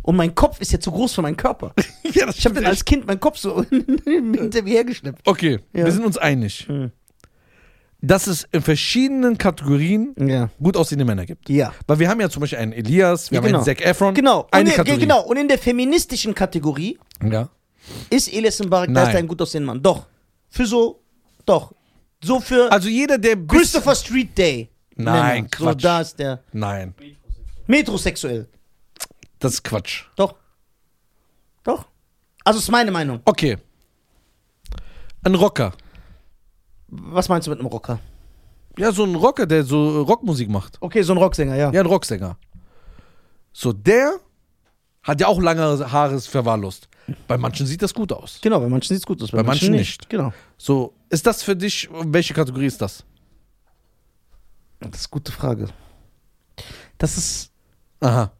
Speaker 2: Und mein Kopf ist ja zu groß für meinen Körper.
Speaker 1: ja, das
Speaker 2: Ich habe
Speaker 1: stimmt
Speaker 2: dann
Speaker 1: echt.
Speaker 2: als Kind meinen Kopf so hinter mir hergeschleppt.
Speaker 1: Okay,
Speaker 2: Ja.
Speaker 1: wir sind uns einig,
Speaker 2: Hm.
Speaker 1: dass es in verschiedenen Kategorien
Speaker 2: Ja.
Speaker 1: gut aussehende Männer gibt.
Speaker 2: Ja.
Speaker 1: Weil wir haben ja zum Beispiel einen Elias, wir
Speaker 2: Ja,
Speaker 1: haben
Speaker 2: genau.
Speaker 1: einen Zac Efron.
Speaker 2: Genau.
Speaker 1: Eine
Speaker 2: und, in,
Speaker 1: Kategorie.
Speaker 2: genau. Und in der feministischen Kategorie
Speaker 1: Ja.
Speaker 2: ist Elias Mbarek
Speaker 1: Nein.
Speaker 2: Meister ein gut aussehender Mann. Doch. Für so, doch. So für
Speaker 1: Also jeder, der... bis-
Speaker 2: Christopher Street Day.
Speaker 1: Nein,
Speaker 2: Männer. So,
Speaker 1: Quatsch.
Speaker 2: da ist der.
Speaker 1: Nein,
Speaker 2: Metrosexuell.
Speaker 1: das ist Quatsch.
Speaker 2: Doch. Doch. Also ist meine Meinung.
Speaker 1: Okay. Ein Rocker.
Speaker 2: Was meinst du mit einem Rocker?
Speaker 1: Ja, so ein Rocker, der so Rockmusik macht.
Speaker 2: Okay, so ein Rocksänger, ja.
Speaker 1: Ja, ein Rocksänger. So, der hat ja auch lange Haare ist verwahrlost. Bei manchen sieht das gut aus.
Speaker 2: Genau, bei manchen sieht's gut aus, bei,
Speaker 1: Bei manchen nicht.
Speaker 2: Genau.
Speaker 1: So, ist das für dich, welche Kategorie ist das?
Speaker 2: Das ist eine gute Frage. Das ist.
Speaker 1: Aha.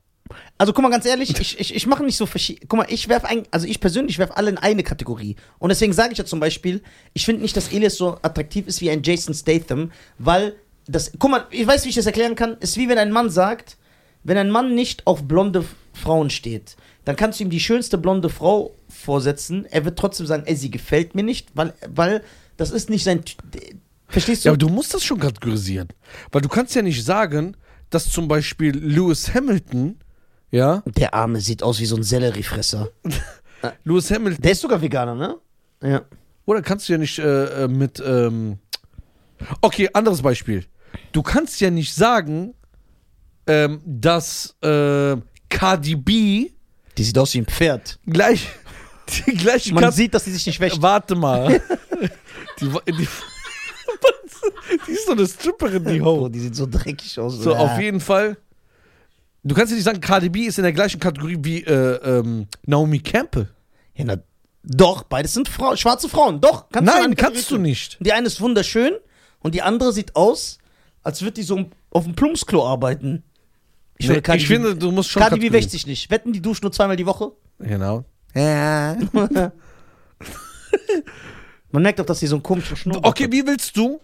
Speaker 2: Also guck mal ganz ehrlich, ich, ich, ich mache nicht so verschiedene. Guck mal, ich werf ein, also ich persönlich werf alle in eine Kategorie. Und deswegen sage ich ja zum Beispiel, ich finde nicht, dass Elias so attraktiv ist wie ein Jason Statham, weil das. Guck mal, ich weiß, wie ich das erklären kann. Ist wie wenn ein Mann sagt, wenn ein Mann nicht auf blonde Frauen steht, dann kannst du ihm die schönste blonde Frau vorsetzen. Er wird trotzdem sagen, ey, sie gefällt mir nicht, weil, weil das ist nicht sein. Ty- Verstehst du?
Speaker 1: Ja, aber du musst das schon kategorisieren. Weil du kannst ja nicht sagen, dass zum Beispiel Lewis Hamilton, ja,
Speaker 2: Der Arme sieht aus wie so ein Selleriefresser.
Speaker 1: Lewis Hamilton,
Speaker 2: Der ist sogar Veganer, ne? Ja.
Speaker 1: oder kannst du ja nicht äh, äh, mit, ähm, okay, anderes Beispiel. Du kannst ja nicht sagen, ähm, dass äh, Cardi B
Speaker 2: Die sieht aus wie ein Pferd.
Speaker 1: gleich, die gleiche
Speaker 2: Man
Speaker 1: Kat-
Speaker 2: sieht, dass sie sich nicht wäscht.
Speaker 1: Warte mal. die, wa- die, die ist so eine Stripperin, die Ho.
Speaker 2: Oh, die sieht so dreckig aus.
Speaker 1: So,
Speaker 2: Ja.
Speaker 1: auf jeden Fall. Du kannst ja nicht sagen, Cardi B ist in der gleichen Kategorie wie äh, ähm, Naomi Campbell.
Speaker 2: ja, na, Doch, beides sind Frau schwarze Frauen. Doch, kannst du
Speaker 1: Nein,
Speaker 2: eine
Speaker 1: kannst du
Speaker 2: Kategorie-
Speaker 1: nicht.
Speaker 2: Die eine ist wunderschön und die andere sieht aus, als würde die so auf dem Plumpsklo arbeiten.
Speaker 1: Ich,
Speaker 2: finde,
Speaker 1: nee,
Speaker 2: Cardi
Speaker 1: ich
Speaker 2: B-
Speaker 1: finde, du musst schon.
Speaker 2: Cardi B
Speaker 1: Kategorien-
Speaker 2: wäscht sich nicht. Wetten, die duscht nur zweimal die Woche?
Speaker 1: Genau.
Speaker 2: Ja. Man merkt doch, dass sie so einen komischen Schnurrbart
Speaker 1: Okay, wie willst du?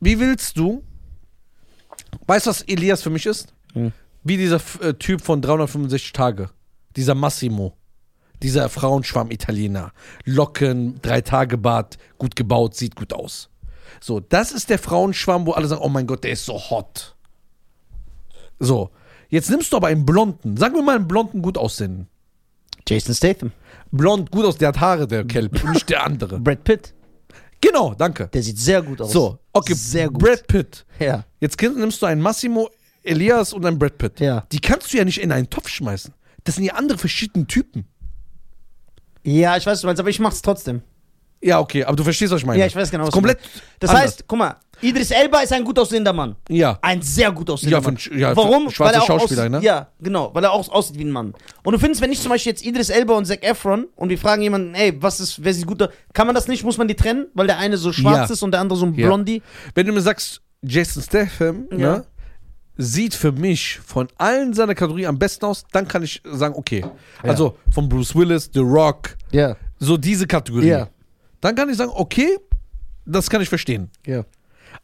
Speaker 1: Wie willst du? Weißt du, was Elias für mich ist?
Speaker 2: Hm.
Speaker 1: Wie dieser F- äh, Typ von 365 Tage. Dieser Massimo. Dieser Frauenschwamm-Italiener. Locken, drei Tage Bart, gut gebaut, sieht gut aus. So, das ist der Frauenschwamm, wo alle sagen, oh mein Gott, der ist so hot. So, jetzt nimmst du aber einen Blonden. Sagen wir mal einen Blonden gut aussehen.
Speaker 2: hat. Jason Statham.
Speaker 1: Blond, gut aus, der hat Haare, der Kelb, und nicht der andere.
Speaker 2: Brad Pitt.
Speaker 1: Genau, danke.
Speaker 2: Der sieht sehr gut aus.
Speaker 1: So, okay,
Speaker 2: Sehr gut.
Speaker 1: Brad Pitt.
Speaker 2: Ja.
Speaker 1: Jetzt kind- nimmst du einen Massimo, Elias und einen Brad Pitt.
Speaker 2: Ja.
Speaker 1: Die kannst du ja nicht in einen Topf schmeißen. Das sind ja andere verschiedene Typen.
Speaker 2: Ja, ich weiß, was du meinst, aber ich mach's trotzdem.
Speaker 1: Ja, okay, aber du verstehst, was ich meine.
Speaker 2: Ja, ich weiß genau.
Speaker 1: Ist
Speaker 2: was du
Speaker 1: Komplett.
Speaker 2: meinst. Das
Speaker 1: anders.
Speaker 2: heißt, guck mal, Idris Elba ist ein gut aussehender Mann.
Speaker 1: Ja.
Speaker 2: Ein sehr gut aussehender
Speaker 1: Ja, von
Speaker 2: Mann.
Speaker 1: Sch- ja,
Speaker 2: Warum?
Speaker 1: von schwarzer Schauspieler,
Speaker 2: aussieht,
Speaker 1: ne?
Speaker 2: Ja, genau, weil er auch aussieht wie ein Mann. Und du findest, wenn ich zum Beispiel jetzt Idris Elba und Zac Efron und wir fragen jemanden, ey, was ist, wer sieht gut aus? Kann man das nicht? Muss man die trennen? Weil der eine so schwarz
Speaker 1: Ja.
Speaker 2: ist und der andere so ein
Speaker 1: Ja.
Speaker 2: Blondie.
Speaker 1: Wenn du mir sagst, Jason Statham
Speaker 2: Ja.
Speaker 1: ne, sieht für mich von allen seiner Kategorien am besten aus, dann kann ich sagen, okay. Also von Bruce Willis, The Rock,
Speaker 2: Ja,
Speaker 1: so diese Kategorie.
Speaker 2: Ja.
Speaker 1: Dann kann ich sagen, okay, das kann ich verstehen.
Speaker 2: ja.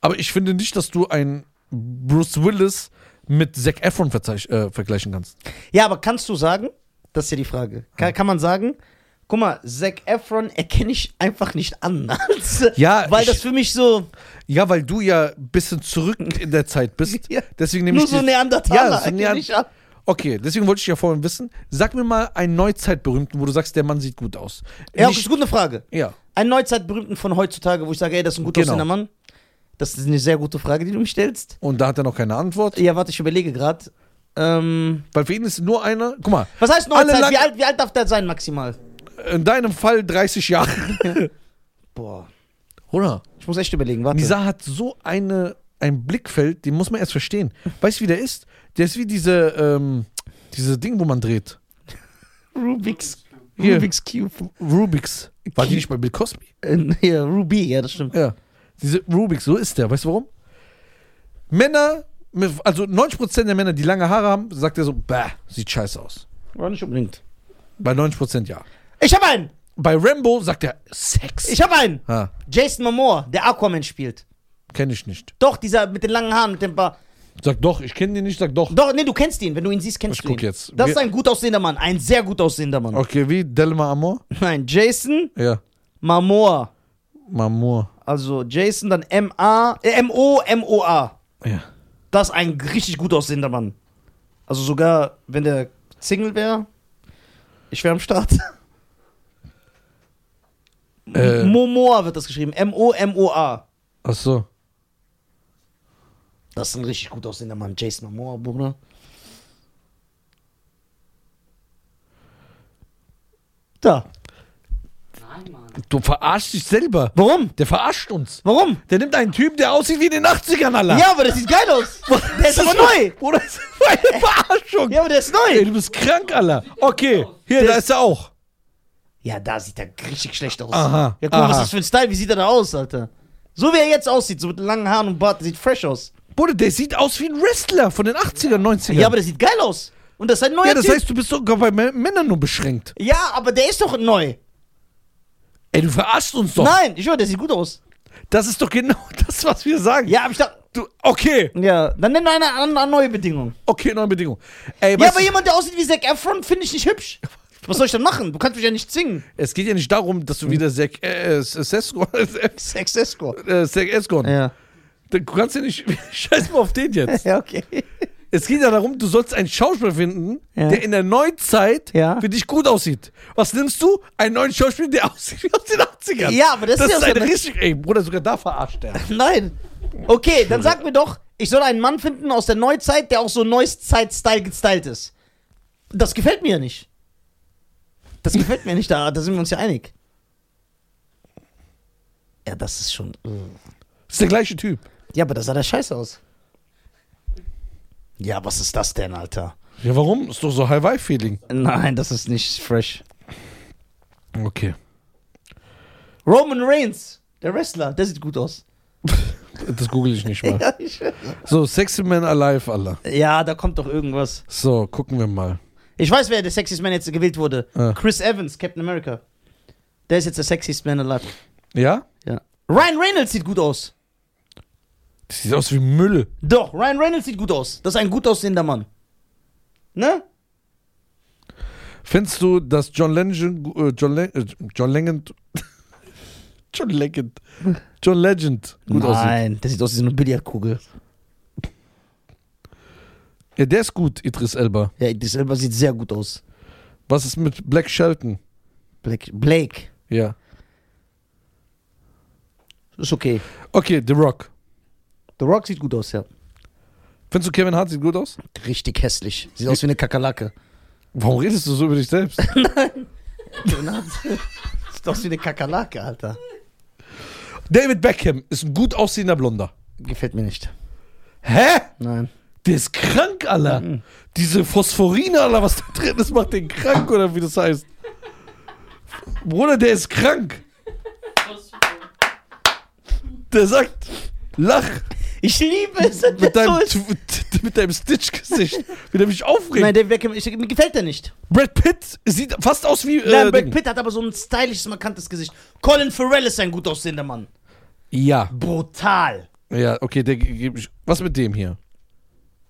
Speaker 1: Aber ich finde nicht, dass du einen Bruce Willis mit Zac Efron verzeich- äh, vergleichen kannst.
Speaker 2: Ja, aber kannst du sagen, das ist ja die Frage, kann, kann man sagen, guck mal, Zac Efron erkenne ich einfach nicht an. Als,
Speaker 1: Ja,
Speaker 2: weil
Speaker 1: ich-
Speaker 2: das für mich so,
Speaker 1: Ja, weil du ja ein bisschen zurück in der Zeit bist.
Speaker 2: Ja.
Speaker 1: Deswegen nehme
Speaker 2: nur
Speaker 1: ich
Speaker 2: so
Speaker 1: die-
Speaker 2: Neandertaler
Speaker 1: Ja, so
Speaker 2: erkenne
Speaker 1: Nean-
Speaker 2: ich an.
Speaker 1: Okay, deswegen wollte ich ja vorhin wissen, sag mir mal einen Neuzeitberühmten, wo du sagst, der Mann sieht gut aus.
Speaker 2: Ja, das
Speaker 1: Nicht-
Speaker 2: ist gut eine Frage.
Speaker 1: ja.
Speaker 2: Einen Neuzeitberühmten von heutzutage, wo ich sage, ey, das ist ein gut
Speaker 1: Genau.
Speaker 2: aussehender Mann. Das ist eine sehr gute Frage, die du mir stellst.
Speaker 1: Und da hat er noch keine Antwort.
Speaker 2: Ja, warte, ich überlege gerade. Ähm,
Speaker 1: Weil für ihn ist nur einer, guck mal,
Speaker 2: was heißt
Speaker 1: Alle
Speaker 2: Neuzeit?
Speaker 1: lang-
Speaker 2: Wie alt, wie alt darf der sein maximal?
Speaker 1: in deinem Fall 30 Jahre.
Speaker 2: Boah,
Speaker 1: Oder?
Speaker 2: ich muss echt überlegen, warte.
Speaker 1: Nisa hat so eine, ein Blickfeld, den muss man erst verstehen. Weißt du, wie der ist? Der ist wie diese, ähm, diese Ding, wo man dreht.
Speaker 2: Rubik's
Speaker 1: Hier.
Speaker 2: Rubik's Cube.
Speaker 1: Rubik's. War die nicht bei Bill Cosby?
Speaker 2: Äh, ja, Ruby, ja, das stimmt.
Speaker 1: Ja. Diese Rubik's, so ist der. Weißt du warum? Männer, mit- also 90% der Männer, die lange Haare haben, sagt er so, bah, sieht scheiße aus.
Speaker 2: War nicht unbedingt.
Speaker 1: Bei 90% ja.
Speaker 2: Ich hab einen!
Speaker 1: Bei Rambo sagt er Sex.
Speaker 2: Ich hab einen!
Speaker 1: ah,
Speaker 2: Jason Momoa, der Aquaman spielt.
Speaker 1: kenne ich nicht.
Speaker 2: Doch, dieser mit den langen Haaren, mit dem Bar.
Speaker 1: Sag doch, ich kenne den nicht, sag doch.
Speaker 2: Doch, nee, du kennst ihn. Wenn du ihn siehst, kennst
Speaker 1: Ich
Speaker 2: du
Speaker 1: guck
Speaker 2: ihn.
Speaker 1: jetzt.
Speaker 2: Das ist
Speaker 1: Wir-
Speaker 2: ein gut aussehender Mann. Ein sehr gut aussehender Mann.
Speaker 1: Okay, wie Delma Amor?
Speaker 2: Nein, Jason
Speaker 1: Ja,
Speaker 2: Momoa.
Speaker 1: Mamor.
Speaker 2: Also Jason, dann M-A, äh, M-O-M-O-A.
Speaker 1: Ja.
Speaker 2: Das ist ein richtig gut aussehender Mann. Also sogar, wenn der Single wäre, ich wäre am Start.
Speaker 1: Äh.
Speaker 2: Momoa wird das geschrieben. M-O-M-O-A.
Speaker 1: Ach so.
Speaker 2: Das ist ein richtig gut aussehender Mann. Jason Momoa, Bruder. Da.
Speaker 3: Nein, Mann.
Speaker 1: Du verarschst dich selber.
Speaker 2: Warum?
Speaker 1: Der verarscht uns.
Speaker 2: Warum?
Speaker 1: Der nimmt einen Typen, der aussieht wie in den 80ern, Alter.
Speaker 2: Ja, aber das sieht geil aus. Der ist aber neu.
Speaker 1: Bruder, das ist eine Verarschung.
Speaker 2: Ja, aber der ist
Speaker 1: Ey,
Speaker 2: neu.
Speaker 1: du bist krank, Alter. Okay, hier, da
Speaker 2: Das-
Speaker 1: ist er auch.
Speaker 2: Ja, da sieht er richtig schlecht aus.
Speaker 1: Aha,
Speaker 2: Ja, guck mal,
Speaker 1: aha.
Speaker 2: was ist das für ein Style? Wie sieht er da aus, Alter? So wie er jetzt aussieht, so mit langen Haaren und Bart, der sieht fresh aus.
Speaker 1: Bruder, der sieht aus wie ein Wrestler von den 80ern, 90ern.
Speaker 2: Ja, aber der sieht geil aus. Und das ist ein neuer
Speaker 1: Ja, das
Speaker 2: Typ.
Speaker 1: heißt, du bist sogar bei Mä- Männern nur beschränkt.
Speaker 2: ja, aber der ist doch neu.
Speaker 1: Ey, du verarschst uns doch.
Speaker 2: Nein, ich höre, der sieht gut aus.
Speaker 1: Das ist doch genau das, was wir sagen.
Speaker 2: Ja, aber ich dachte.
Speaker 1: Du, okay,
Speaker 2: Ja, dann nenn eine, eine, eine neue Bedingung.
Speaker 1: okay, neue Bedingung. Ey,
Speaker 2: Ja,
Speaker 1: weißt
Speaker 2: aber
Speaker 1: du,
Speaker 2: jemand, der aussieht wie Zac Efron, finde ich nicht hübsch. Was soll ich denn machen? Du kannst mich ja nicht zwingen.
Speaker 1: es geht ja nicht darum, dass du wieder Zack äh, äh, Sesko- äh,
Speaker 2: Sex Escort.
Speaker 1: Zac Escon.
Speaker 2: Ja.
Speaker 1: Du kannst ja nicht. Scheiß mal auf den jetzt.
Speaker 2: Ja, okay.
Speaker 1: Es geht ja darum, du sollst einen Schauspieler finden,
Speaker 2: Ja.
Speaker 1: der in der Neuzeit
Speaker 2: Ja.
Speaker 1: für dich gut aussieht. Was nimmst du? Einen neuen Schauspieler, der aussieht wie aus den 80ern.
Speaker 2: Ja, aber das ist ja
Speaker 1: ist
Speaker 2: so
Speaker 1: ein
Speaker 2: eine-
Speaker 1: richtig. Ey, Bruder, sogar da verarscht er.
Speaker 2: Nein. Okay, dann sag mir doch, ich soll einen Mann finden aus der Neuzeit, der auch so Neuzeit-Style gestylt ist. Das gefällt mir nicht. Das gefällt mir nicht, da, da sind wir uns ja einig. Ja, das ist schon.
Speaker 1: Ist der gleiche Typ.
Speaker 2: Ja, aber da sah der scheiße aus. Ja, was ist das denn, Alter?
Speaker 1: Ja, warum? Ist doch so Hawaii-Feeling.
Speaker 2: Nein, das ist nicht fresh.
Speaker 1: Okay.
Speaker 2: Roman Reigns, der Wrestler, der sieht gut aus.
Speaker 1: Das google ich nicht mal.
Speaker 2: Ja, ich-
Speaker 1: So, Sexy Man Alive, Allah.
Speaker 2: ja, da kommt doch irgendwas.
Speaker 1: So, gucken wir mal.
Speaker 2: Ich weiß, wer der sexiest Man jetzt gewählt wurde.
Speaker 1: Ah.
Speaker 2: Chris Evans, Captain America. Der ist jetzt der sexiest Man alive.
Speaker 1: Ja?
Speaker 2: Ja. Ryan Reynolds sieht gut aus.
Speaker 1: Das sieht aus wie Müll.
Speaker 2: Doch, Ryan Reynolds sieht gut aus. Das ist ein gut aussehender Mann. Ne?
Speaker 1: Findest du, dass John Legend. Äh, John, Le äh, John Legend. John Legend. John Legend gut aussieht?
Speaker 2: Nein, der sieht aus wie so eine Billardkugel.
Speaker 1: Ja, der ist gut, Idris Elba.
Speaker 2: Ja, Idris Elba sieht sehr gut aus.
Speaker 1: Was ist mit Black Shelton?
Speaker 2: Blake. Blake.
Speaker 1: Ja.
Speaker 2: Ist okay.
Speaker 1: Okay, The Rock.
Speaker 2: The Rock sieht gut aus, ja.
Speaker 1: Findest du Kevin Hart sieht gut aus?
Speaker 2: Richtig hässlich. Sieht aus wie eine Kakerlake.
Speaker 1: Warum redest du so über dich selbst?
Speaker 2: sieht aus wie eine Kakerlake, Alter.
Speaker 1: David Beckham ist ein gut aussehender Blonder.
Speaker 2: Gefällt mir nicht.
Speaker 1: Hä?
Speaker 2: Nein.
Speaker 1: Der ist krank, Alter.
Speaker 2: Mhm.
Speaker 1: Diese Phosphorine, Alter, was da drin ist, macht den krank, oder wie das heißt. Bruder, der ist krank. Der sagt, lach
Speaker 2: Ich liebe es. wenn
Speaker 1: mit
Speaker 2: der so
Speaker 1: deinem,
Speaker 2: ist.
Speaker 1: Tw- mit deinem Stitch-Gesicht, wie der mich aufregt.
Speaker 2: Nein, David Beckham, ich, mir gefällt der nicht.
Speaker 1: Brad Pitt sieht fast aus wie... Äh,
Speaker 2: Nein, Brad
Speaker 1: Ding.
Speaker 2: Pitt hat aber so ein stylisches, markantes Gesicht. Colin Farrell ist ein gut aussehender Mann.
Speaker 1: Ja,
Speaker 2: Brutal.
Speaker 1: ja, okay, der gebe ich... Was mit dem hier?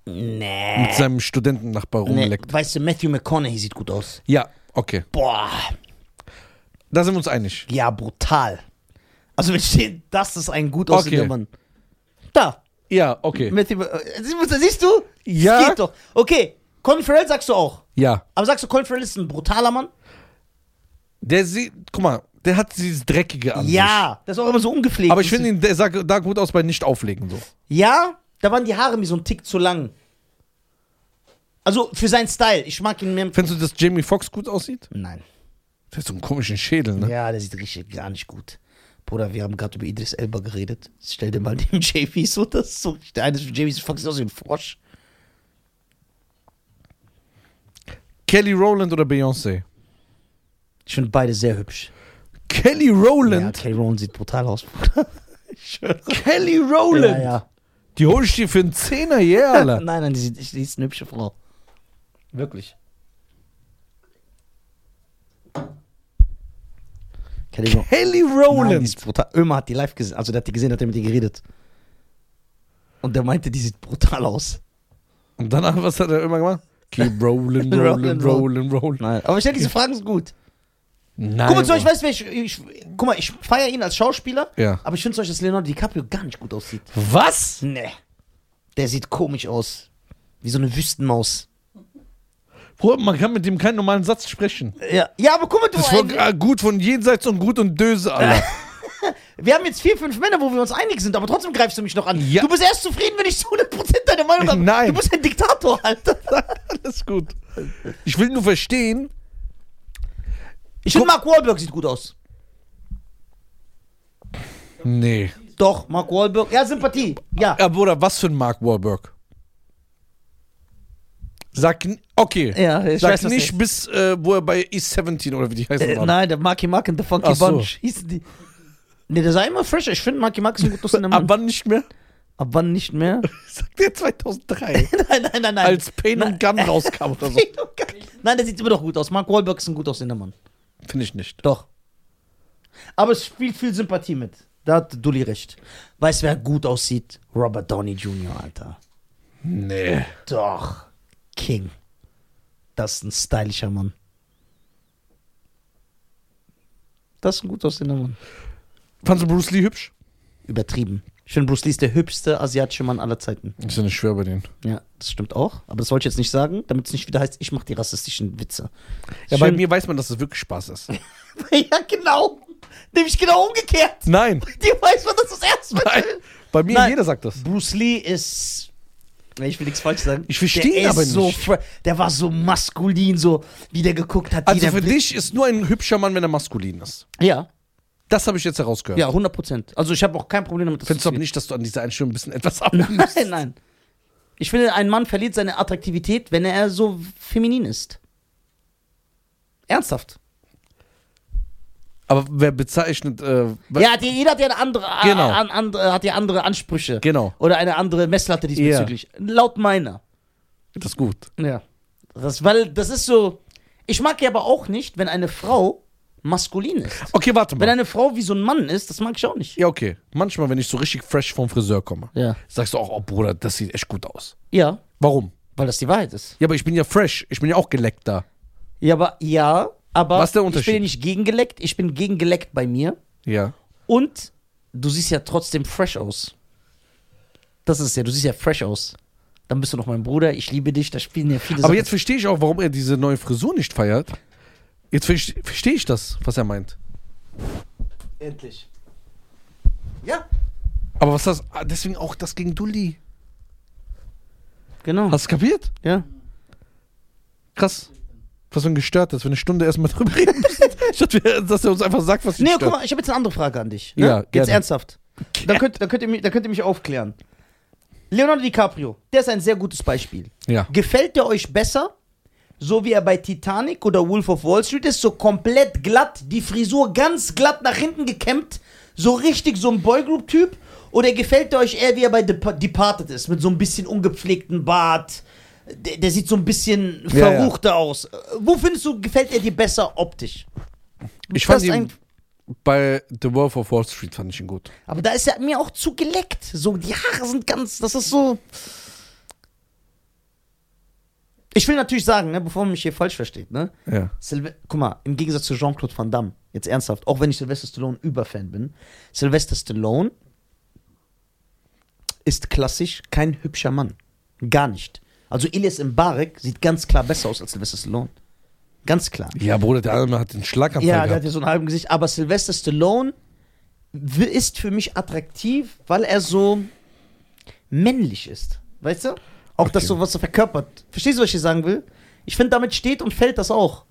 Speaker 2: Nee.
Speaker 1: Mit seinem Studentennachbar
Speaker 2: Äh. nee.
Speaker 1: rumleckt.
Speaker 2: Weißt du, Matthew McConaughey sieht gut aus.
Speaker 1: Ja, okay.
Speaker 2: Boah.
Speaker 1: Da sind wir uns einig.
Speaker 2: Ja, brutal. Also, wenn steht, das ist ein gut aussehender
Speaker 1: Okay.
Speaker 2: Mann. Da.
Speaker 1: Ja, okay.
Speaker 2: Matthew, äh, siehst du?
Speaker 1: Ja.
Speaker 2: Das geht doch. Okay. Colin Farrell sagst du auch.
Speaker 1: Ja.
Speaker 2: Aber sagst du, Colin Farrell ist ein brutaler Mann?
Speaker 1: Der sieht, guck mal, der hat dieses Dreckige an
Speaker 2: ja. Das ist auch immer so
Speaker 1: sich.
Speaker 2: ungepflegt.
Speaker 1: Aber ich finde ihn, der sah da gut aus bei Nicht-Auflegen so.
Speaker 2: Ja, da waren die Haare mir so ein Tick zu lang. Also, für seinen Style. Ich mag ihn mehr.
Speaker 1: Findest du, dass Jamie Foxx gut aussieht?
Speaker 2: Nein.
Speaker 1: Der hat so einen komischen Schädel, ne?
Speaker 2: Ja, der sieht richtig gar nicht gut. Bruder, wir haben gerade über Idris Elba geredet. Stell dir mal den JV so das so. Der eine von JV Fox sieht aus wie ein Frosch.
Speaker 1: Kelly Rowland oder Beyoncé?
Speaker 2: Ich finde beide sehr hübsch.
Speaker 1: Kelly
Speaker 2: Ja,
Speaker 1: Rowland.
Speaker 2: Kelly Rowland sieht brutal aus, Bruder. Ich schwöre.
Speaker 1: Kelly Rowland.
Speaker 2: Ja, ja.
Speaker 1: Die hol ich dir für einen Zehner, yeah, Alter.
Speaker 2: Nein, nein, die, sieht- die ist eine hübsche Frau. Wirklich. Kelly Rowland.
Speaker 1: Kelly
Speaker 2: Nein, die
Speaker 1: Rowland.
Speaker 2: ist brutal. Ömer hat die live gesehen, also der hat die gesehen, hat er mit ihr geredet. Und der meinte, die sieht brutal aus.
Speaker 1: Und danach, was hat er immer gemacht? Keep rolling, rolling,
Speaker 2: Rolling,
Speaker 1: rolling, rolling.
Speaker 2: Nein. Aber ich stelle diese Fragen sind gut.
Speaker 1: Nein.
Speaker 2: Guck mal, zum Beispiel,
Speaker 1: Mann.
Speaker 2: weißt du, wer ich, ich, guck mal, ich feiere ihn als Schauspieler,
Speaker 1: Ja.
Speaker 2: aber ich finde zum Beispiel, dass Leonardo DiCaprio gar nicht gut aussieht.
Speaker 1: Was?
Speaker 2: Nee. Der sieht komisch aus. Wie so eine Wüstenmaus.
Speaker 1: Bruder, man kann mit dem keinen normalen Satz sprechen.
Speaker 2: Ja, ja aber guck mal, du.
Speaker 1: Das war äh, gut von jenseits und gut und böse, Alter.
Speaker 2: wir haben jetzt vier, fünf Männer, wo wir uns einig sind, aber trotzdem greifst du mich noch an.
Speaker 1: Ja.
Speaker 2: Du bist erst zufrieden, wenn ich zu 100% deine Meinung habe.
Speaker 1: Nein.
Speaker 2: Du bist ein Diktator, Alter.
Speaker 1: Alles gut. Ich will nur verstehen.
Speaker 2: Ich finde, Mark Wahlberg sieht gut aus.
Speaker 1: Nee.
Speaker 2: Doch, Mark Wahlberg. Ja, Sympathie. Ja.
Speaker 1: Aber oder Äh, was für ein Mark Wahlberg? Sag n- okay.
Speaker 2: Ja, ich
Speaker 1: Sag
Speaker 2: weiß das
Speaker 1: nicht, bis äh, wo er bei East 17 oder wie die heißen
Speaker 2: Äh,
Speaker 1: waren.
Speaker 2: nein, der Marky Mark and the Funky
Speaker 1: Ach so.
Speaker 2: Bunch. Hießen die. Nee, der sah immer fresher. Ich finde, Marky Mark ist ein guter Cinema.
Speaker 1: Ab wann nicht mehr?
Speaker 2: Ab wann nicht mehr?
Speaker 1: Sagt er 2003,
Speaker 2: nein, nein, nein, nein.
Speaker 1: als Pain und Gun rauskam oder so.
Speaker 2: Nein, der sieht immer doch gut aus. Mark Wahlberg ist ein gut aussehender Mann.
Speaker 1: Finde ich nicht.
Speaker 2: Doch. Aber es spielt viel Sympathie mit. Da hat Dulli recht. Weißt du, wer gut aussieht? Robert Downey Jr., Alter.
Speaker 1: Nee.
Speaker 2: Doch. King. Das ist ein stylischer Mann. Das ist ein gut aussehender Mann.
Speaker 1: Fandst du Bruce Lee hübsch?
Speaker 2: Übertrieben. Ich finde, Bruce Lee ist der hübschste asiatische Mann aller Zeiten.
Speaker 1: Ist ja nicht schwer bei denen.
Speaker 2: Ja, das stimmt auch. Aber das wollte ich jetzt nicht sagen, damit es nicht wieder heißt, ich mache die rassistischen Witze.
Speaker 1: Ja, bei
Speaker 2: Schön-
Speaker 1: mir weiß man, dass es wirklich Spaß ist.
Speaker 2: ja, genau. Nämlich genau umgekehrt.
Speaker 1: Nein.
Speaker 2: Dir weiß man das das erste Mal.
Speaker 1: Nein. Bei mir,
Speaker 2: Nein.
Speaker 1: jeder sagt das.
Speaker 2: Bruce Lee ist. Nee, Ich will nichts falsch sagen.
Speaker 1: Ich verstehe
Speaker 2: Der
Speaker 1: ihn
Speaker 2: ist
Speaker 1: aber
Speaker 2: So,
Speaker 1: nicht.
Speaker 2: fre- der war so maskulin, so wie der geguckt hat. wie
Speaker 1: Also
Speaker 2: der
Speaker 1: für
Speaker 2: Blick-
Speaker 1: dich ist nur ein hübscher Mann, wenn er maskulin ist.
Speaker 2: Ja,
Speaker 1: Das habe ich jetzt herausgehört.
Speaker 2: ja, 100 Prozent. Also ich habe auch kein Problem damit. dass
Speaker 1: Findest du aber
Speaker 2: das
Speaker 1: nicht, dass du an dieser Einstellung ein bisschen etwas ab
Speaker 2: geht. Nein, nein. Ich finde, ein Mann verliert seine Attraktivität, wenn er so feminin ist. Ernsthaft.
Speaker 1: Aber wer bezeichnet. Äh, wer-
Speaker 2: Ja, hat ja- jeder hat ja eine andere,
Speaker 1: Genau.
Speaker 2: an, an, äh, hat ja andere Ansprüche.
Speaker 1: Genau.
Speaker 2: Oder eine andere Messlatte diesbezüglich. Laut meiner.
Speaker 1: Das ist gut.
Speaker 2: Ja. Das, weil das ist so. Ich mag ja aber auch nicht, wenn eine Frau maskulin ist.
Speaker 1: Okay, warte
Speaker 2: Wenn
Speaker 1: mal.
Speaker 2: eine Frau wie so ein Mann ist, das mag ich auch nicht.
Speaker 1: Ja, okay. Manchmal, wenn ich so richtig fresh vom Friseur komme,
Speaker 2: Ja.
Speaker 1: sagst du auch, oh Bruder, das sieht echt gut aus.
Speaker 2: Ja,
Speaker 1: Warum?
Speaker 2: weil das die Wahrheit ist.
Speaker 1: Ja, aber ich bin ja fresh. Ich bin ja auch geleckt da.
Speaker 2: Ja, aber ja, aber
Speaker 1: Was ist der
Speaker 2: ich bin ja
Speaker 1: Unterschied?
Speaker 2: nicht gegengeleckt, ich bin gegengeleckt bei mir.
Speaker 1: Ja.
Speaker 2: Und du siehst ja trotzdem fresh aus. Das ist ja, du siehst ja fresh aus. Dann bist du noch mein Bruder, ich liebe dich, da spielen ja viele
Speaker 1: Aber jetzt verstehe ich auch, warum er diese neue Frisur nicht feiert. Jetzt verste- verstehe ich das, was er meint.
Speaker 2: endlich. Ja,
Speaker 1: Aber was das. ah, Deswegen auch das gegen Dulli.
Speaker 2: genau.
Speaker 1: Hast du kapiert?
Speaker 2: ja.
Speaker 1: Krass. Was für ein gestört, dass wir eine Stunde erstmal drüber reden müssen. Ich dachte, wir- dass er uns einfach sagt, was ihn
Speaker 2: Nee,
Speaker 1: stört.
Speaker 2: guck mal, ich habe jetzt eine andere Frage an dich. ne?
Speaker 1: Ja,
Speaker 2: Jetzt
Speaker 1: gerne.
Speaker 2: ernsthaft. Da könnt, da, könnt ihr mich, da könnt ihr mich aufklären. Leonardo DiCaprio, der ist ein sehr gutes Beispiel.
Speaker 1: Ja.
Speaker 2: Gefällt der euch besser, so wie er bei Titanic oder Wolf of Wall Street ist, so komplett glatt, die Frisur ganz glatt nach hinten gekämmt, so richtig so ein Boygroup-Typ? Oder gefällt der euch eher, wie er bei Dep Departed ist, mit so ein bisschen ungepflegten Bart? Der, der sieht so ein bisschen
Speaker 1: Ja, ja.
Speaker 2: verruchter aus. Äh, Wo findest du, gefällt er dir besser optisch?
Speaker 1: Ich fand
Speaker 2: Das ist
Speaker 1: ihn
Speaker 2: ein-
Speaker 1: bei The Wolf of Wall Street fand ich ihn gut.
Speaker 2: Aber da ist er mir auch zu geleckt. So, die Haare sind ganz, das ist so. Ich will natürlich sagen, ne, bevor man mich hier falsch versteht, ne?
Speaker 1: Ja.
Speaker 2: Silve Guck mal, im Gegensatz zu Jean-Claude Van Damme, jetzt ernsthaft, auch wenn ich Sylvester Stallone Überfan bin, Sylvester Stallone ist klassisch kein hübscher Mann. Gar nicht. Also Elias Mbarek sieht ganz klar besser aus als Sylvester Stallone. Ganz klar.
Speaker 1: Ja, Bruder, der andere hat den Schlaganfall
Speaker 2: Ja, der hat
Speaker 1: gehabt.
Speaker 2: ja so ein halben Gesicht. Aber Sylvester Stallone w- ist für mich attraktiv, weil er so männlich ist. Weißt du? Auch das
Speaker 1: Okay.
Speaker 2: so, was er verkörpert. Verstehst du, was ich hier sagen will? Ich finde, damit steht und fällt das auch.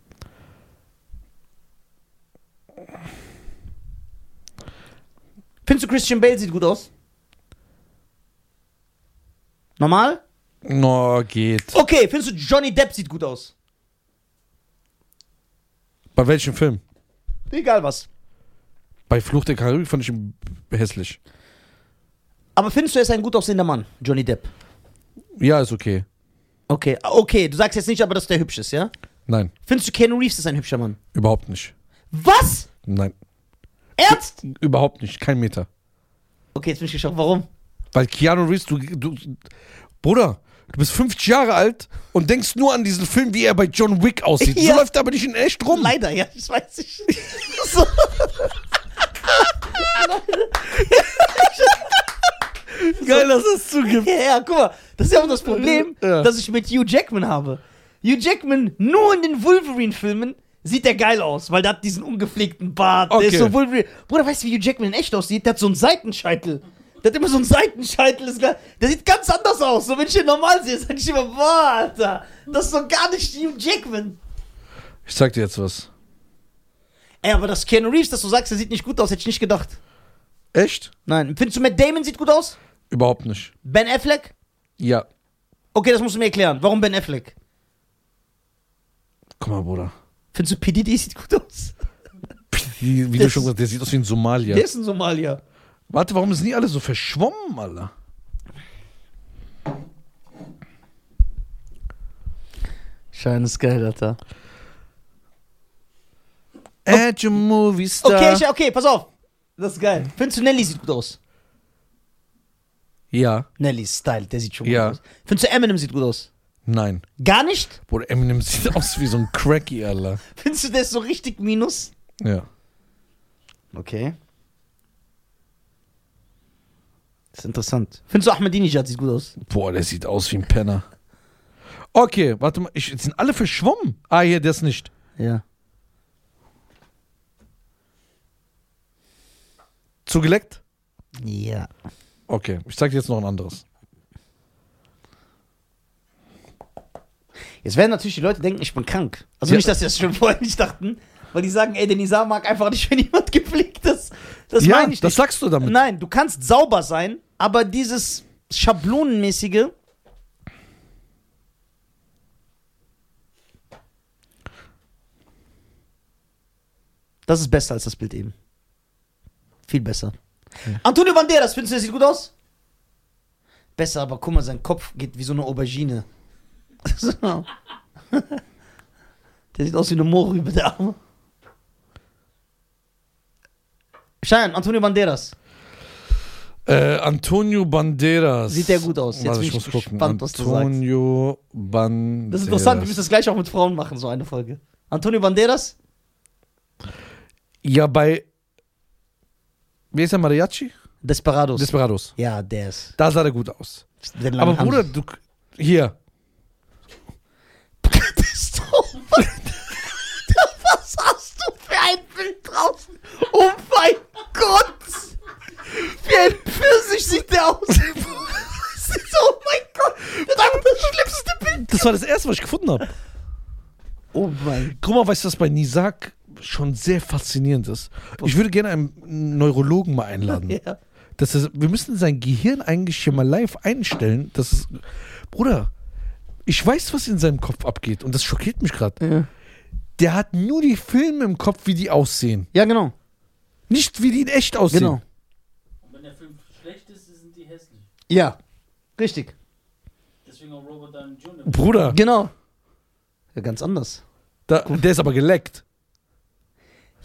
Speaker 2: Findest du, Christian Bale sieht gut aus? Normal?
Speaker 1: No, geht.
Speaker 2: Okay, findest du, Johnny Depp sieht gut aus?
Speaker 1: Bei welchem Film?
Speaker 2: Egal was.
Speaker 1: Bei Fluch der Karibik fand ich ihn hässlich.
Speaker 2: Aber findest du, er ist ein gut aussehender Mann, Johnny Depp?
Speaker 1: Ja, ist okay.
Speaker 2: Okay, ah, okay, du sagst jetzt nicht, aber dass der hübsch ist, ja?
Speaker 1: Nein,
Speaker 2: Findest du, Keanu Reeves ist ein hübscher Mann?
Speaker 1: überhaupt nicht.
Speaker 2: Was?
Speaker 1: Nein,
Speaker 2: Ernst?
Speaker 1: überhaupt nicht. Kein Meter.
Speaker 2: Okay, jetzt bin ich geschockt. Warum?
Speaker 1: Weil Keanu Reeves, du, du Bruder, du bist 50 Jahre alt und denkst nur an diesen Film, wie er bei John Wick aussieht.
Speaker 2: Ja.
Speaker 1: So läuft er aber nicht in echt rum.
Speaker 2: Leider, ja, ich weiß nicht. so.
Speaker 1: Geil, dass es zugibt.
Speaker 2: Ja, ja, guck mal, das ist ja auch das Problem,
Speaker 1: Ja.
Speaker 2: das ich mit Hugh Jackman habe. Hugh Jackman, nur in den Wolverine-Filmen sieht der geil aus, weil der hat diesen ungepflegten Bart. Der ist
Speaker 1: Okay.
Speaker 2: so Wolverine. Bruder, weißt du, wie Hugh Jackman in echt aussieht? Der hat so einen Seitenscheitel. Der hat immer so einen Seitenscheitel. Ist gar, der sieht ganz anders aus. So, wenn ich den normal sehe, sag ich immer, boah, Alter, das ist so gar nicht Hugh Jackman.
Speaker 1: Ich zeig dir jetzt was.
Speaker 2: Ey, aber das Keanu Reeves, das du sagst, der sieht nicht gut aus, hätte ich nicht gedacht.
Speaker 1: Echt?
Speaker 2: Nein. Findest du, Matt Damon sieht gut aus?
Speaker 1: Überhaupt nicht.
Speaker 2: Ben Affleck?
Speaker 1: Ja.
Speaker 2: Okay, das musst du mir erklären. Warum Ben Affleck?
Speaker 1: Guck mal, Bruder.
Speaker 2: Findest du, P. Diddy sieht gut aus?
Speaker 1: Wie, wie du
Speaker 2: Das-
Speaker 1: schon gesagt hast, der sieht aus wie ein Somalier.
Speaker 2: Der ist in Somalia.
Speaker 1: Warte, warum ist nie alles so verschwommen, Alter?
Speaker 2: Scheines geil, Alter.
Speaker 1: Edge Movie Star.
Speaker 2: Oh. Okay, ich, okay, pass auf. Das ist geil. Findest du Nelly sieht gut aus?
Speaker 1: ja.
Speaker 2: Nelly Style, der sieht schon
Speaker 1: Ja.
Speaker 2: gut aus. Findest du Eminem sieht gut aus?
Speaker 1: Nein.
Speaker 2: Gar nicht?
Speaker 1: Bruder, Eminem sieht aus wie so ein Cracky, Alter.
Speaker 2: Findest du, der ist so richtig minus?
Speaker 1: Ja.
Speaker 2: Okay. Das ist interessant. Findest du Ahmadinejad sieht gut aus?
Speaker 1: Boah, der sieht aus wie ein Penner. Okay, warte mal. Ich, sind alle verschwommen? Ah, hier, der ist nicht.
Speaker 2: Ja.
Speaker 1: Zugeleckt?
Speaker 2: Ja.
Speaker 1: Okay, ich zeig dir jetzt noch ein anderes.
Speaker 2: Jetzt werden natürlich die Leute denken, ich bin krank. Also
Speaker 1: Ja.
Speaker 2: nicht, dass sie das schon vorher nicht dachten, weil die sagen, ey, der Nizar mag einfach nicht, wenn jemand gepflegt ist. Das
Speaker 1: ja,
Speaker 2: meine ich
Speaker 1: das
Speaker 2: nicht.
Speaker 1: sagst du damit.
Speaker 2: Nein, du kannst sauber sein, aber dieses Schablonenmäßige. Das ist besser als das Bild eben. Viel besser. Antonio Banderas, findest du, der sieht gut aus? Besser, aber guck mal, sein Kopf geht wie so eine Aubergine. So. der sieht aus wie eine Mohrrübe, der Arme. Schein, Antonio Banderas.
Speaker 1: Äh, Antonio Banderas.
Speaker 2: Sieht der gut aus? Jetzt
Speaker 1: Warte,
Speaker 2: bin
Speaker 1: ich muss
Speaker 2: ich
Speaker 1: gucken.
Speaker 2: gespannt, was du
Speaker 1: Antonio Banderas.
Speaker 2: Das ist interessant, wir müssen das gleich auch mit Frauen machen, so eine Folge. Antonio Banderas?
Speaker 1: Ja, bei. Wie ist der Mariachi?
Speaker 2: Desperados.
Speaker 1: Desperados.
Speaker 2: ja, der ist.
Speaker 1: Da sah der gut aus.
Speaker 2: Den langen
Speaker 1: Aber
Speaker 2: Hand.
Speaker 1: Bruder, du. Hier.
Speaker 2: Katastrophe! was hast du für ein Bild draußen? Oh mein Gott! Wie ein Pfirsich sieht der aus! Das ist, oh mein Gott! Das ist einfach das schlimmste Bild!
Speaker 1: Das war das erste, was ich gefunden habe.
Speaker 2: Oh mein
Speaker 1: Guck mal, weißt du, was bei Nisak schon sehr faszinierend ist? Ich würde gerne einen Neurologen mal einladen.
Speaker 2: Ja.
Speaker 1: Das ist, wir müssen sein Gehirn eigentlich hier mal live einstellen. Das ist, Bruder, ich weiß, was in seinem Kopf abgeht und das schockiert mich gerade.
Speaker 2: Ja.
Speaker 1: Der hat nur die Filme im Kopf, wie die aussehen.
Speaker 2: Ja, genau.
Speaker 1: Nicht, wie die in echt aussehen.
Speaker 2: Genau.
Speaker 3: Und wenn der Film schlecht ist, sind die hässlich.
Speaker 2: Ja. Richtig.
Speaker 3: Deswegen auch Robert Downey Jr.
Speaker 1: Bruder,
Speaker 2: Genau. Ja, ganz anders.
Speaker 1: da, der ist aber geleckt.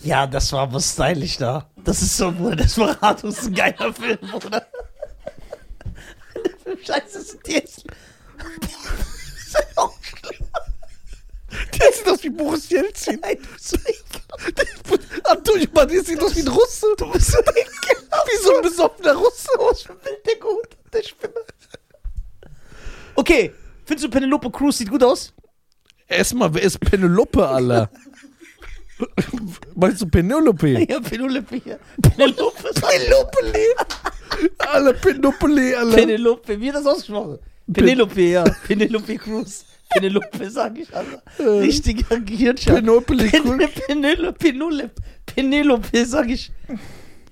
Speaker 2: Ja, das war aber stylisch da. Das ist so, Bruder, das war hart und ein geiler Film, Bruder. Der Film scheiße sind die jetzt. Das ist ja auch schlimm.
Speaker 1: Der sieht aus wie Boris Jelzin.
Speaker 2: Nein, du bist ekelhaft.
Speaker 1: Antonio Banderas sieht aus wie ein Russe.
Speaker 2: Du bist so ekelhaft.
Speaker 1: Wie so ein besoffener Russe.
Speaker 2: Was für ein Bild der gut, der Spinner. Okay, findest du Penelope Cruz sieht gut aus?
Speaker 1: Erstmal, wer ist Penelope, Alter? Meinst du Penelope?
Speaker 2: Ja, Penelope hier. Penelope. Penelope.
Speaker 1: Alle Penelope, alle.
Speaker 2: Penelope, wie das ausgesprochen? Penelope, ja. Penelope Cruz. Penelope, sag ich alle. Richtiger Gehirnschlag.
Speaker 1: Penelope
Speaker 2: Pen-
Speaker 1: Cruz.
Speaker 2: Äh. Penelope, Penelope, Penelope, sag ich.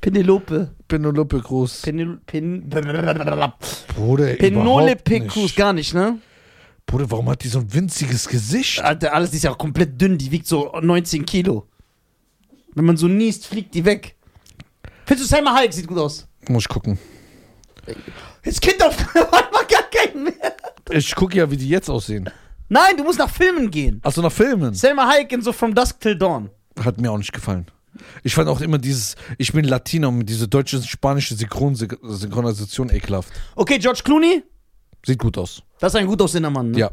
Speaker 2: Penelope.
Speaker 1: Penelope Cruz.
Speaker 2: Penel- Pen- Blablabla.
Speaker 1: Bruder,
Speaker 2: Penelope
Speaker 1: überhaupt
Speaker 2: Cruz,
Speaker 1: nicht.
Speaker 2: gar nicht, ne?
Speaker 1: Bruder, warum hat die so ein winziges Gesicht?
Speaker 2: Alter, alles die ist ja auch komplett dünn, die wiegt so 19 Kilo. Wenn man so niest, fliegt die weg. Findest du Selma Hayek sieht gut aus?
Speaker 1: Muss ich gucken.
Speaker 2: Jetzt Kind auf einmal gar keinen mehr.
Speaker 1: Ich gucke ja, wie die jetzt aussehen.
Speaker 2: Nein, du musst nach Filmen gehen.
Speaker 1: Achso, nach Filmen.
Speaker 2: Selma Hayek in so From Dusk Till Dawn.
Speaker 1: Hat mir auch nicht gefallen. Ich fand auch immer dieses, ich bin Latino und diese deutsche und spanische Synchron Synchronisation ekelhaft.
Speaker 2: Okay, George Clooney,
Speaker 1: Sieht gut aus.
Speaker 2: das ist ein gut aussehender Mann. Ne?
Speaker 1: Ja,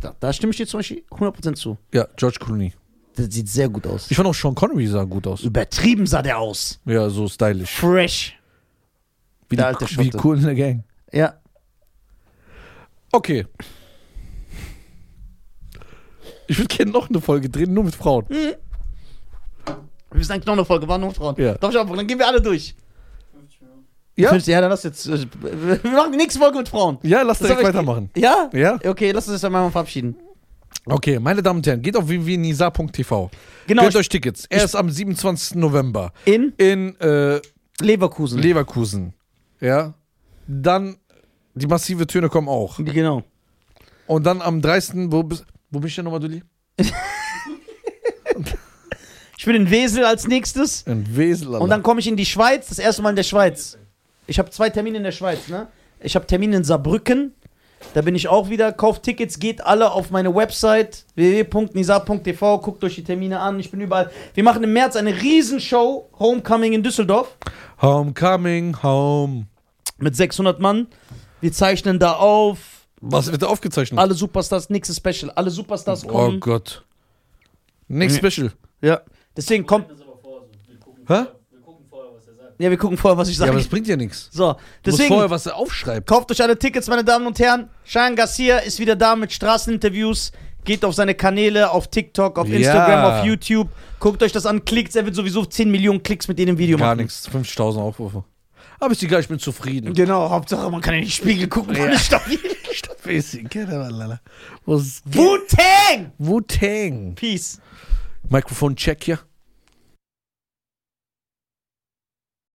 Speaker 2: Da, da stimme ich dir zum Beispiel 100% zu.
Speaker 1: ja, George Clooney.
Speaker 2: Das sieht sehr gut aus.
Speaker 1: Ich fand auch Sean Connery sah gut aus.
Speaker 2: Übertrieben sah der aus.
Speaker 1: Ja, so stylisch.
Speaker 2: Fresh.
Speaker 1: Wie,
Speaker 2: Der
Speaker 1: die,
Speaker 2: alte
Speaker 1: wie
Speaker 2: Schotte.
Speaker 1: cool in der Gang.
Speaker 2: Ja.
Speaker 1: Okay. Ich würde gerne noch eine Folge drehen, nur mit Frauen.
Speaker 2: Mhm. Wir müssen eigentlich noch eine Folge, waren nur Frauen.
Speaker 1: Ja.
Speaker 2: Darf ich anfangen? Dann gehen wir alle durch.
Speaker 3: 50 Minuten.
Speaker 1: Ja,
Speaker 2: Findest du- ja, dann lass jetzt. äh, Wir machen die nächste Folge mit Frauen.
Speaker 1: ja lass
Speaker 2: Das
Speaker 1: direkt
Speaker 2: hab ich-
Speaker 1: weitermachen.
Speaker 2: Ja?
Speaker 1: Ja?
Speaker 2: Okay, lass uns jetzt einmal mal verabschieden.
Speaker 1: Okay, meine Damen und Herren, geht auf www.nisa.tv.
Speaker 2: Genau.
Speaker 1: Gönnt euch Tickets. Er ist am 27. November
Speaker 2: In
Speaker 1: in äh,
Speaker 2: Leverkusen.
Speaker 1: Leverkusen. Ja. Dann die massive Töne kommen auch.
Speaker 2: genau.
Speaker 1: Und dann am 30. Wo, bist, wo bin ich denn nochmal, Dulli?
Speaker 2: Ich will in Wesel als nächstes.
Speaker 1: In Wesel. Alter.
Speaker 2: Und dann komme ich in die Schweiz, das erste Mal in der Schweiz. Ich habe zwei Termine in der Schweiz, ne? Ich habe Termine in Saarbrücken. Da bin ich auch wieder. Kauft Tickets, geht alle auf meine Website www.nisa.tv, guckt euch die Termine an. Ich bin überall. Wir machen im März eine Riesenshow, Homecoming in Düsseldorf
Speaker 1: Homecoming home.
Speaker 2: mit 600 Mann. Wir zeichnen da auf.
Speaker 1: Was wird da aufgezeichnet?
Speaker 2: Alle Superstars, nächstes Special. Alle Superstars
Speaker 1: Hm. oh
Speaker 2: kommen.
Speaker 1: Gott. Nichts Special.
Speaker 2: ja. Deswegen
Speaker 3: Wir machen
Speaker 2: kommt.
Speaker 3: das aber vorher so. Wir gucken
Speaker 1: Hä?
Speaker 3: vorher- Wir gucken vorher, was er sagt.
Speaker 2: Ja, wir gucken vorher, was ich
Speaker 1: Ja,
Speaker 2: sage.
Speaker 1: aber das bringt ja nichts.
Speaker 2: so,
Speaker 1: Du musst vorher
Speaker 2: deswegen
Speaker 1: was aufschreiben.
Speaker 2: kauft euch alle Tickets, meine Damen und Herren. Sean Garcia ist wieder da mit Straßeninterviews. Geht auf seine Kanäle, auf TikTok, auf
Speaker 1: Ja.
Speaker 2: Instagram, auf YouTube. Guckt euch das an, klickt. Er wird sowieso 10 Millionen Klicks mit jedem Video
Speaker 1: Gar
Speaker 2: machen.
Speaker 1: nichts. 50.000 Aufrufe. Aber ist egal, ich bin zufrieden.
Speaker 2: Genau, Hauptsache man kann in den Spiegel gucken. Ja. stabil.
Speaker 1: Wu-Tang!
Speaker 2: Genau, Wu-Tang! Peace.
Speaker 1: Mikrofon check, ja?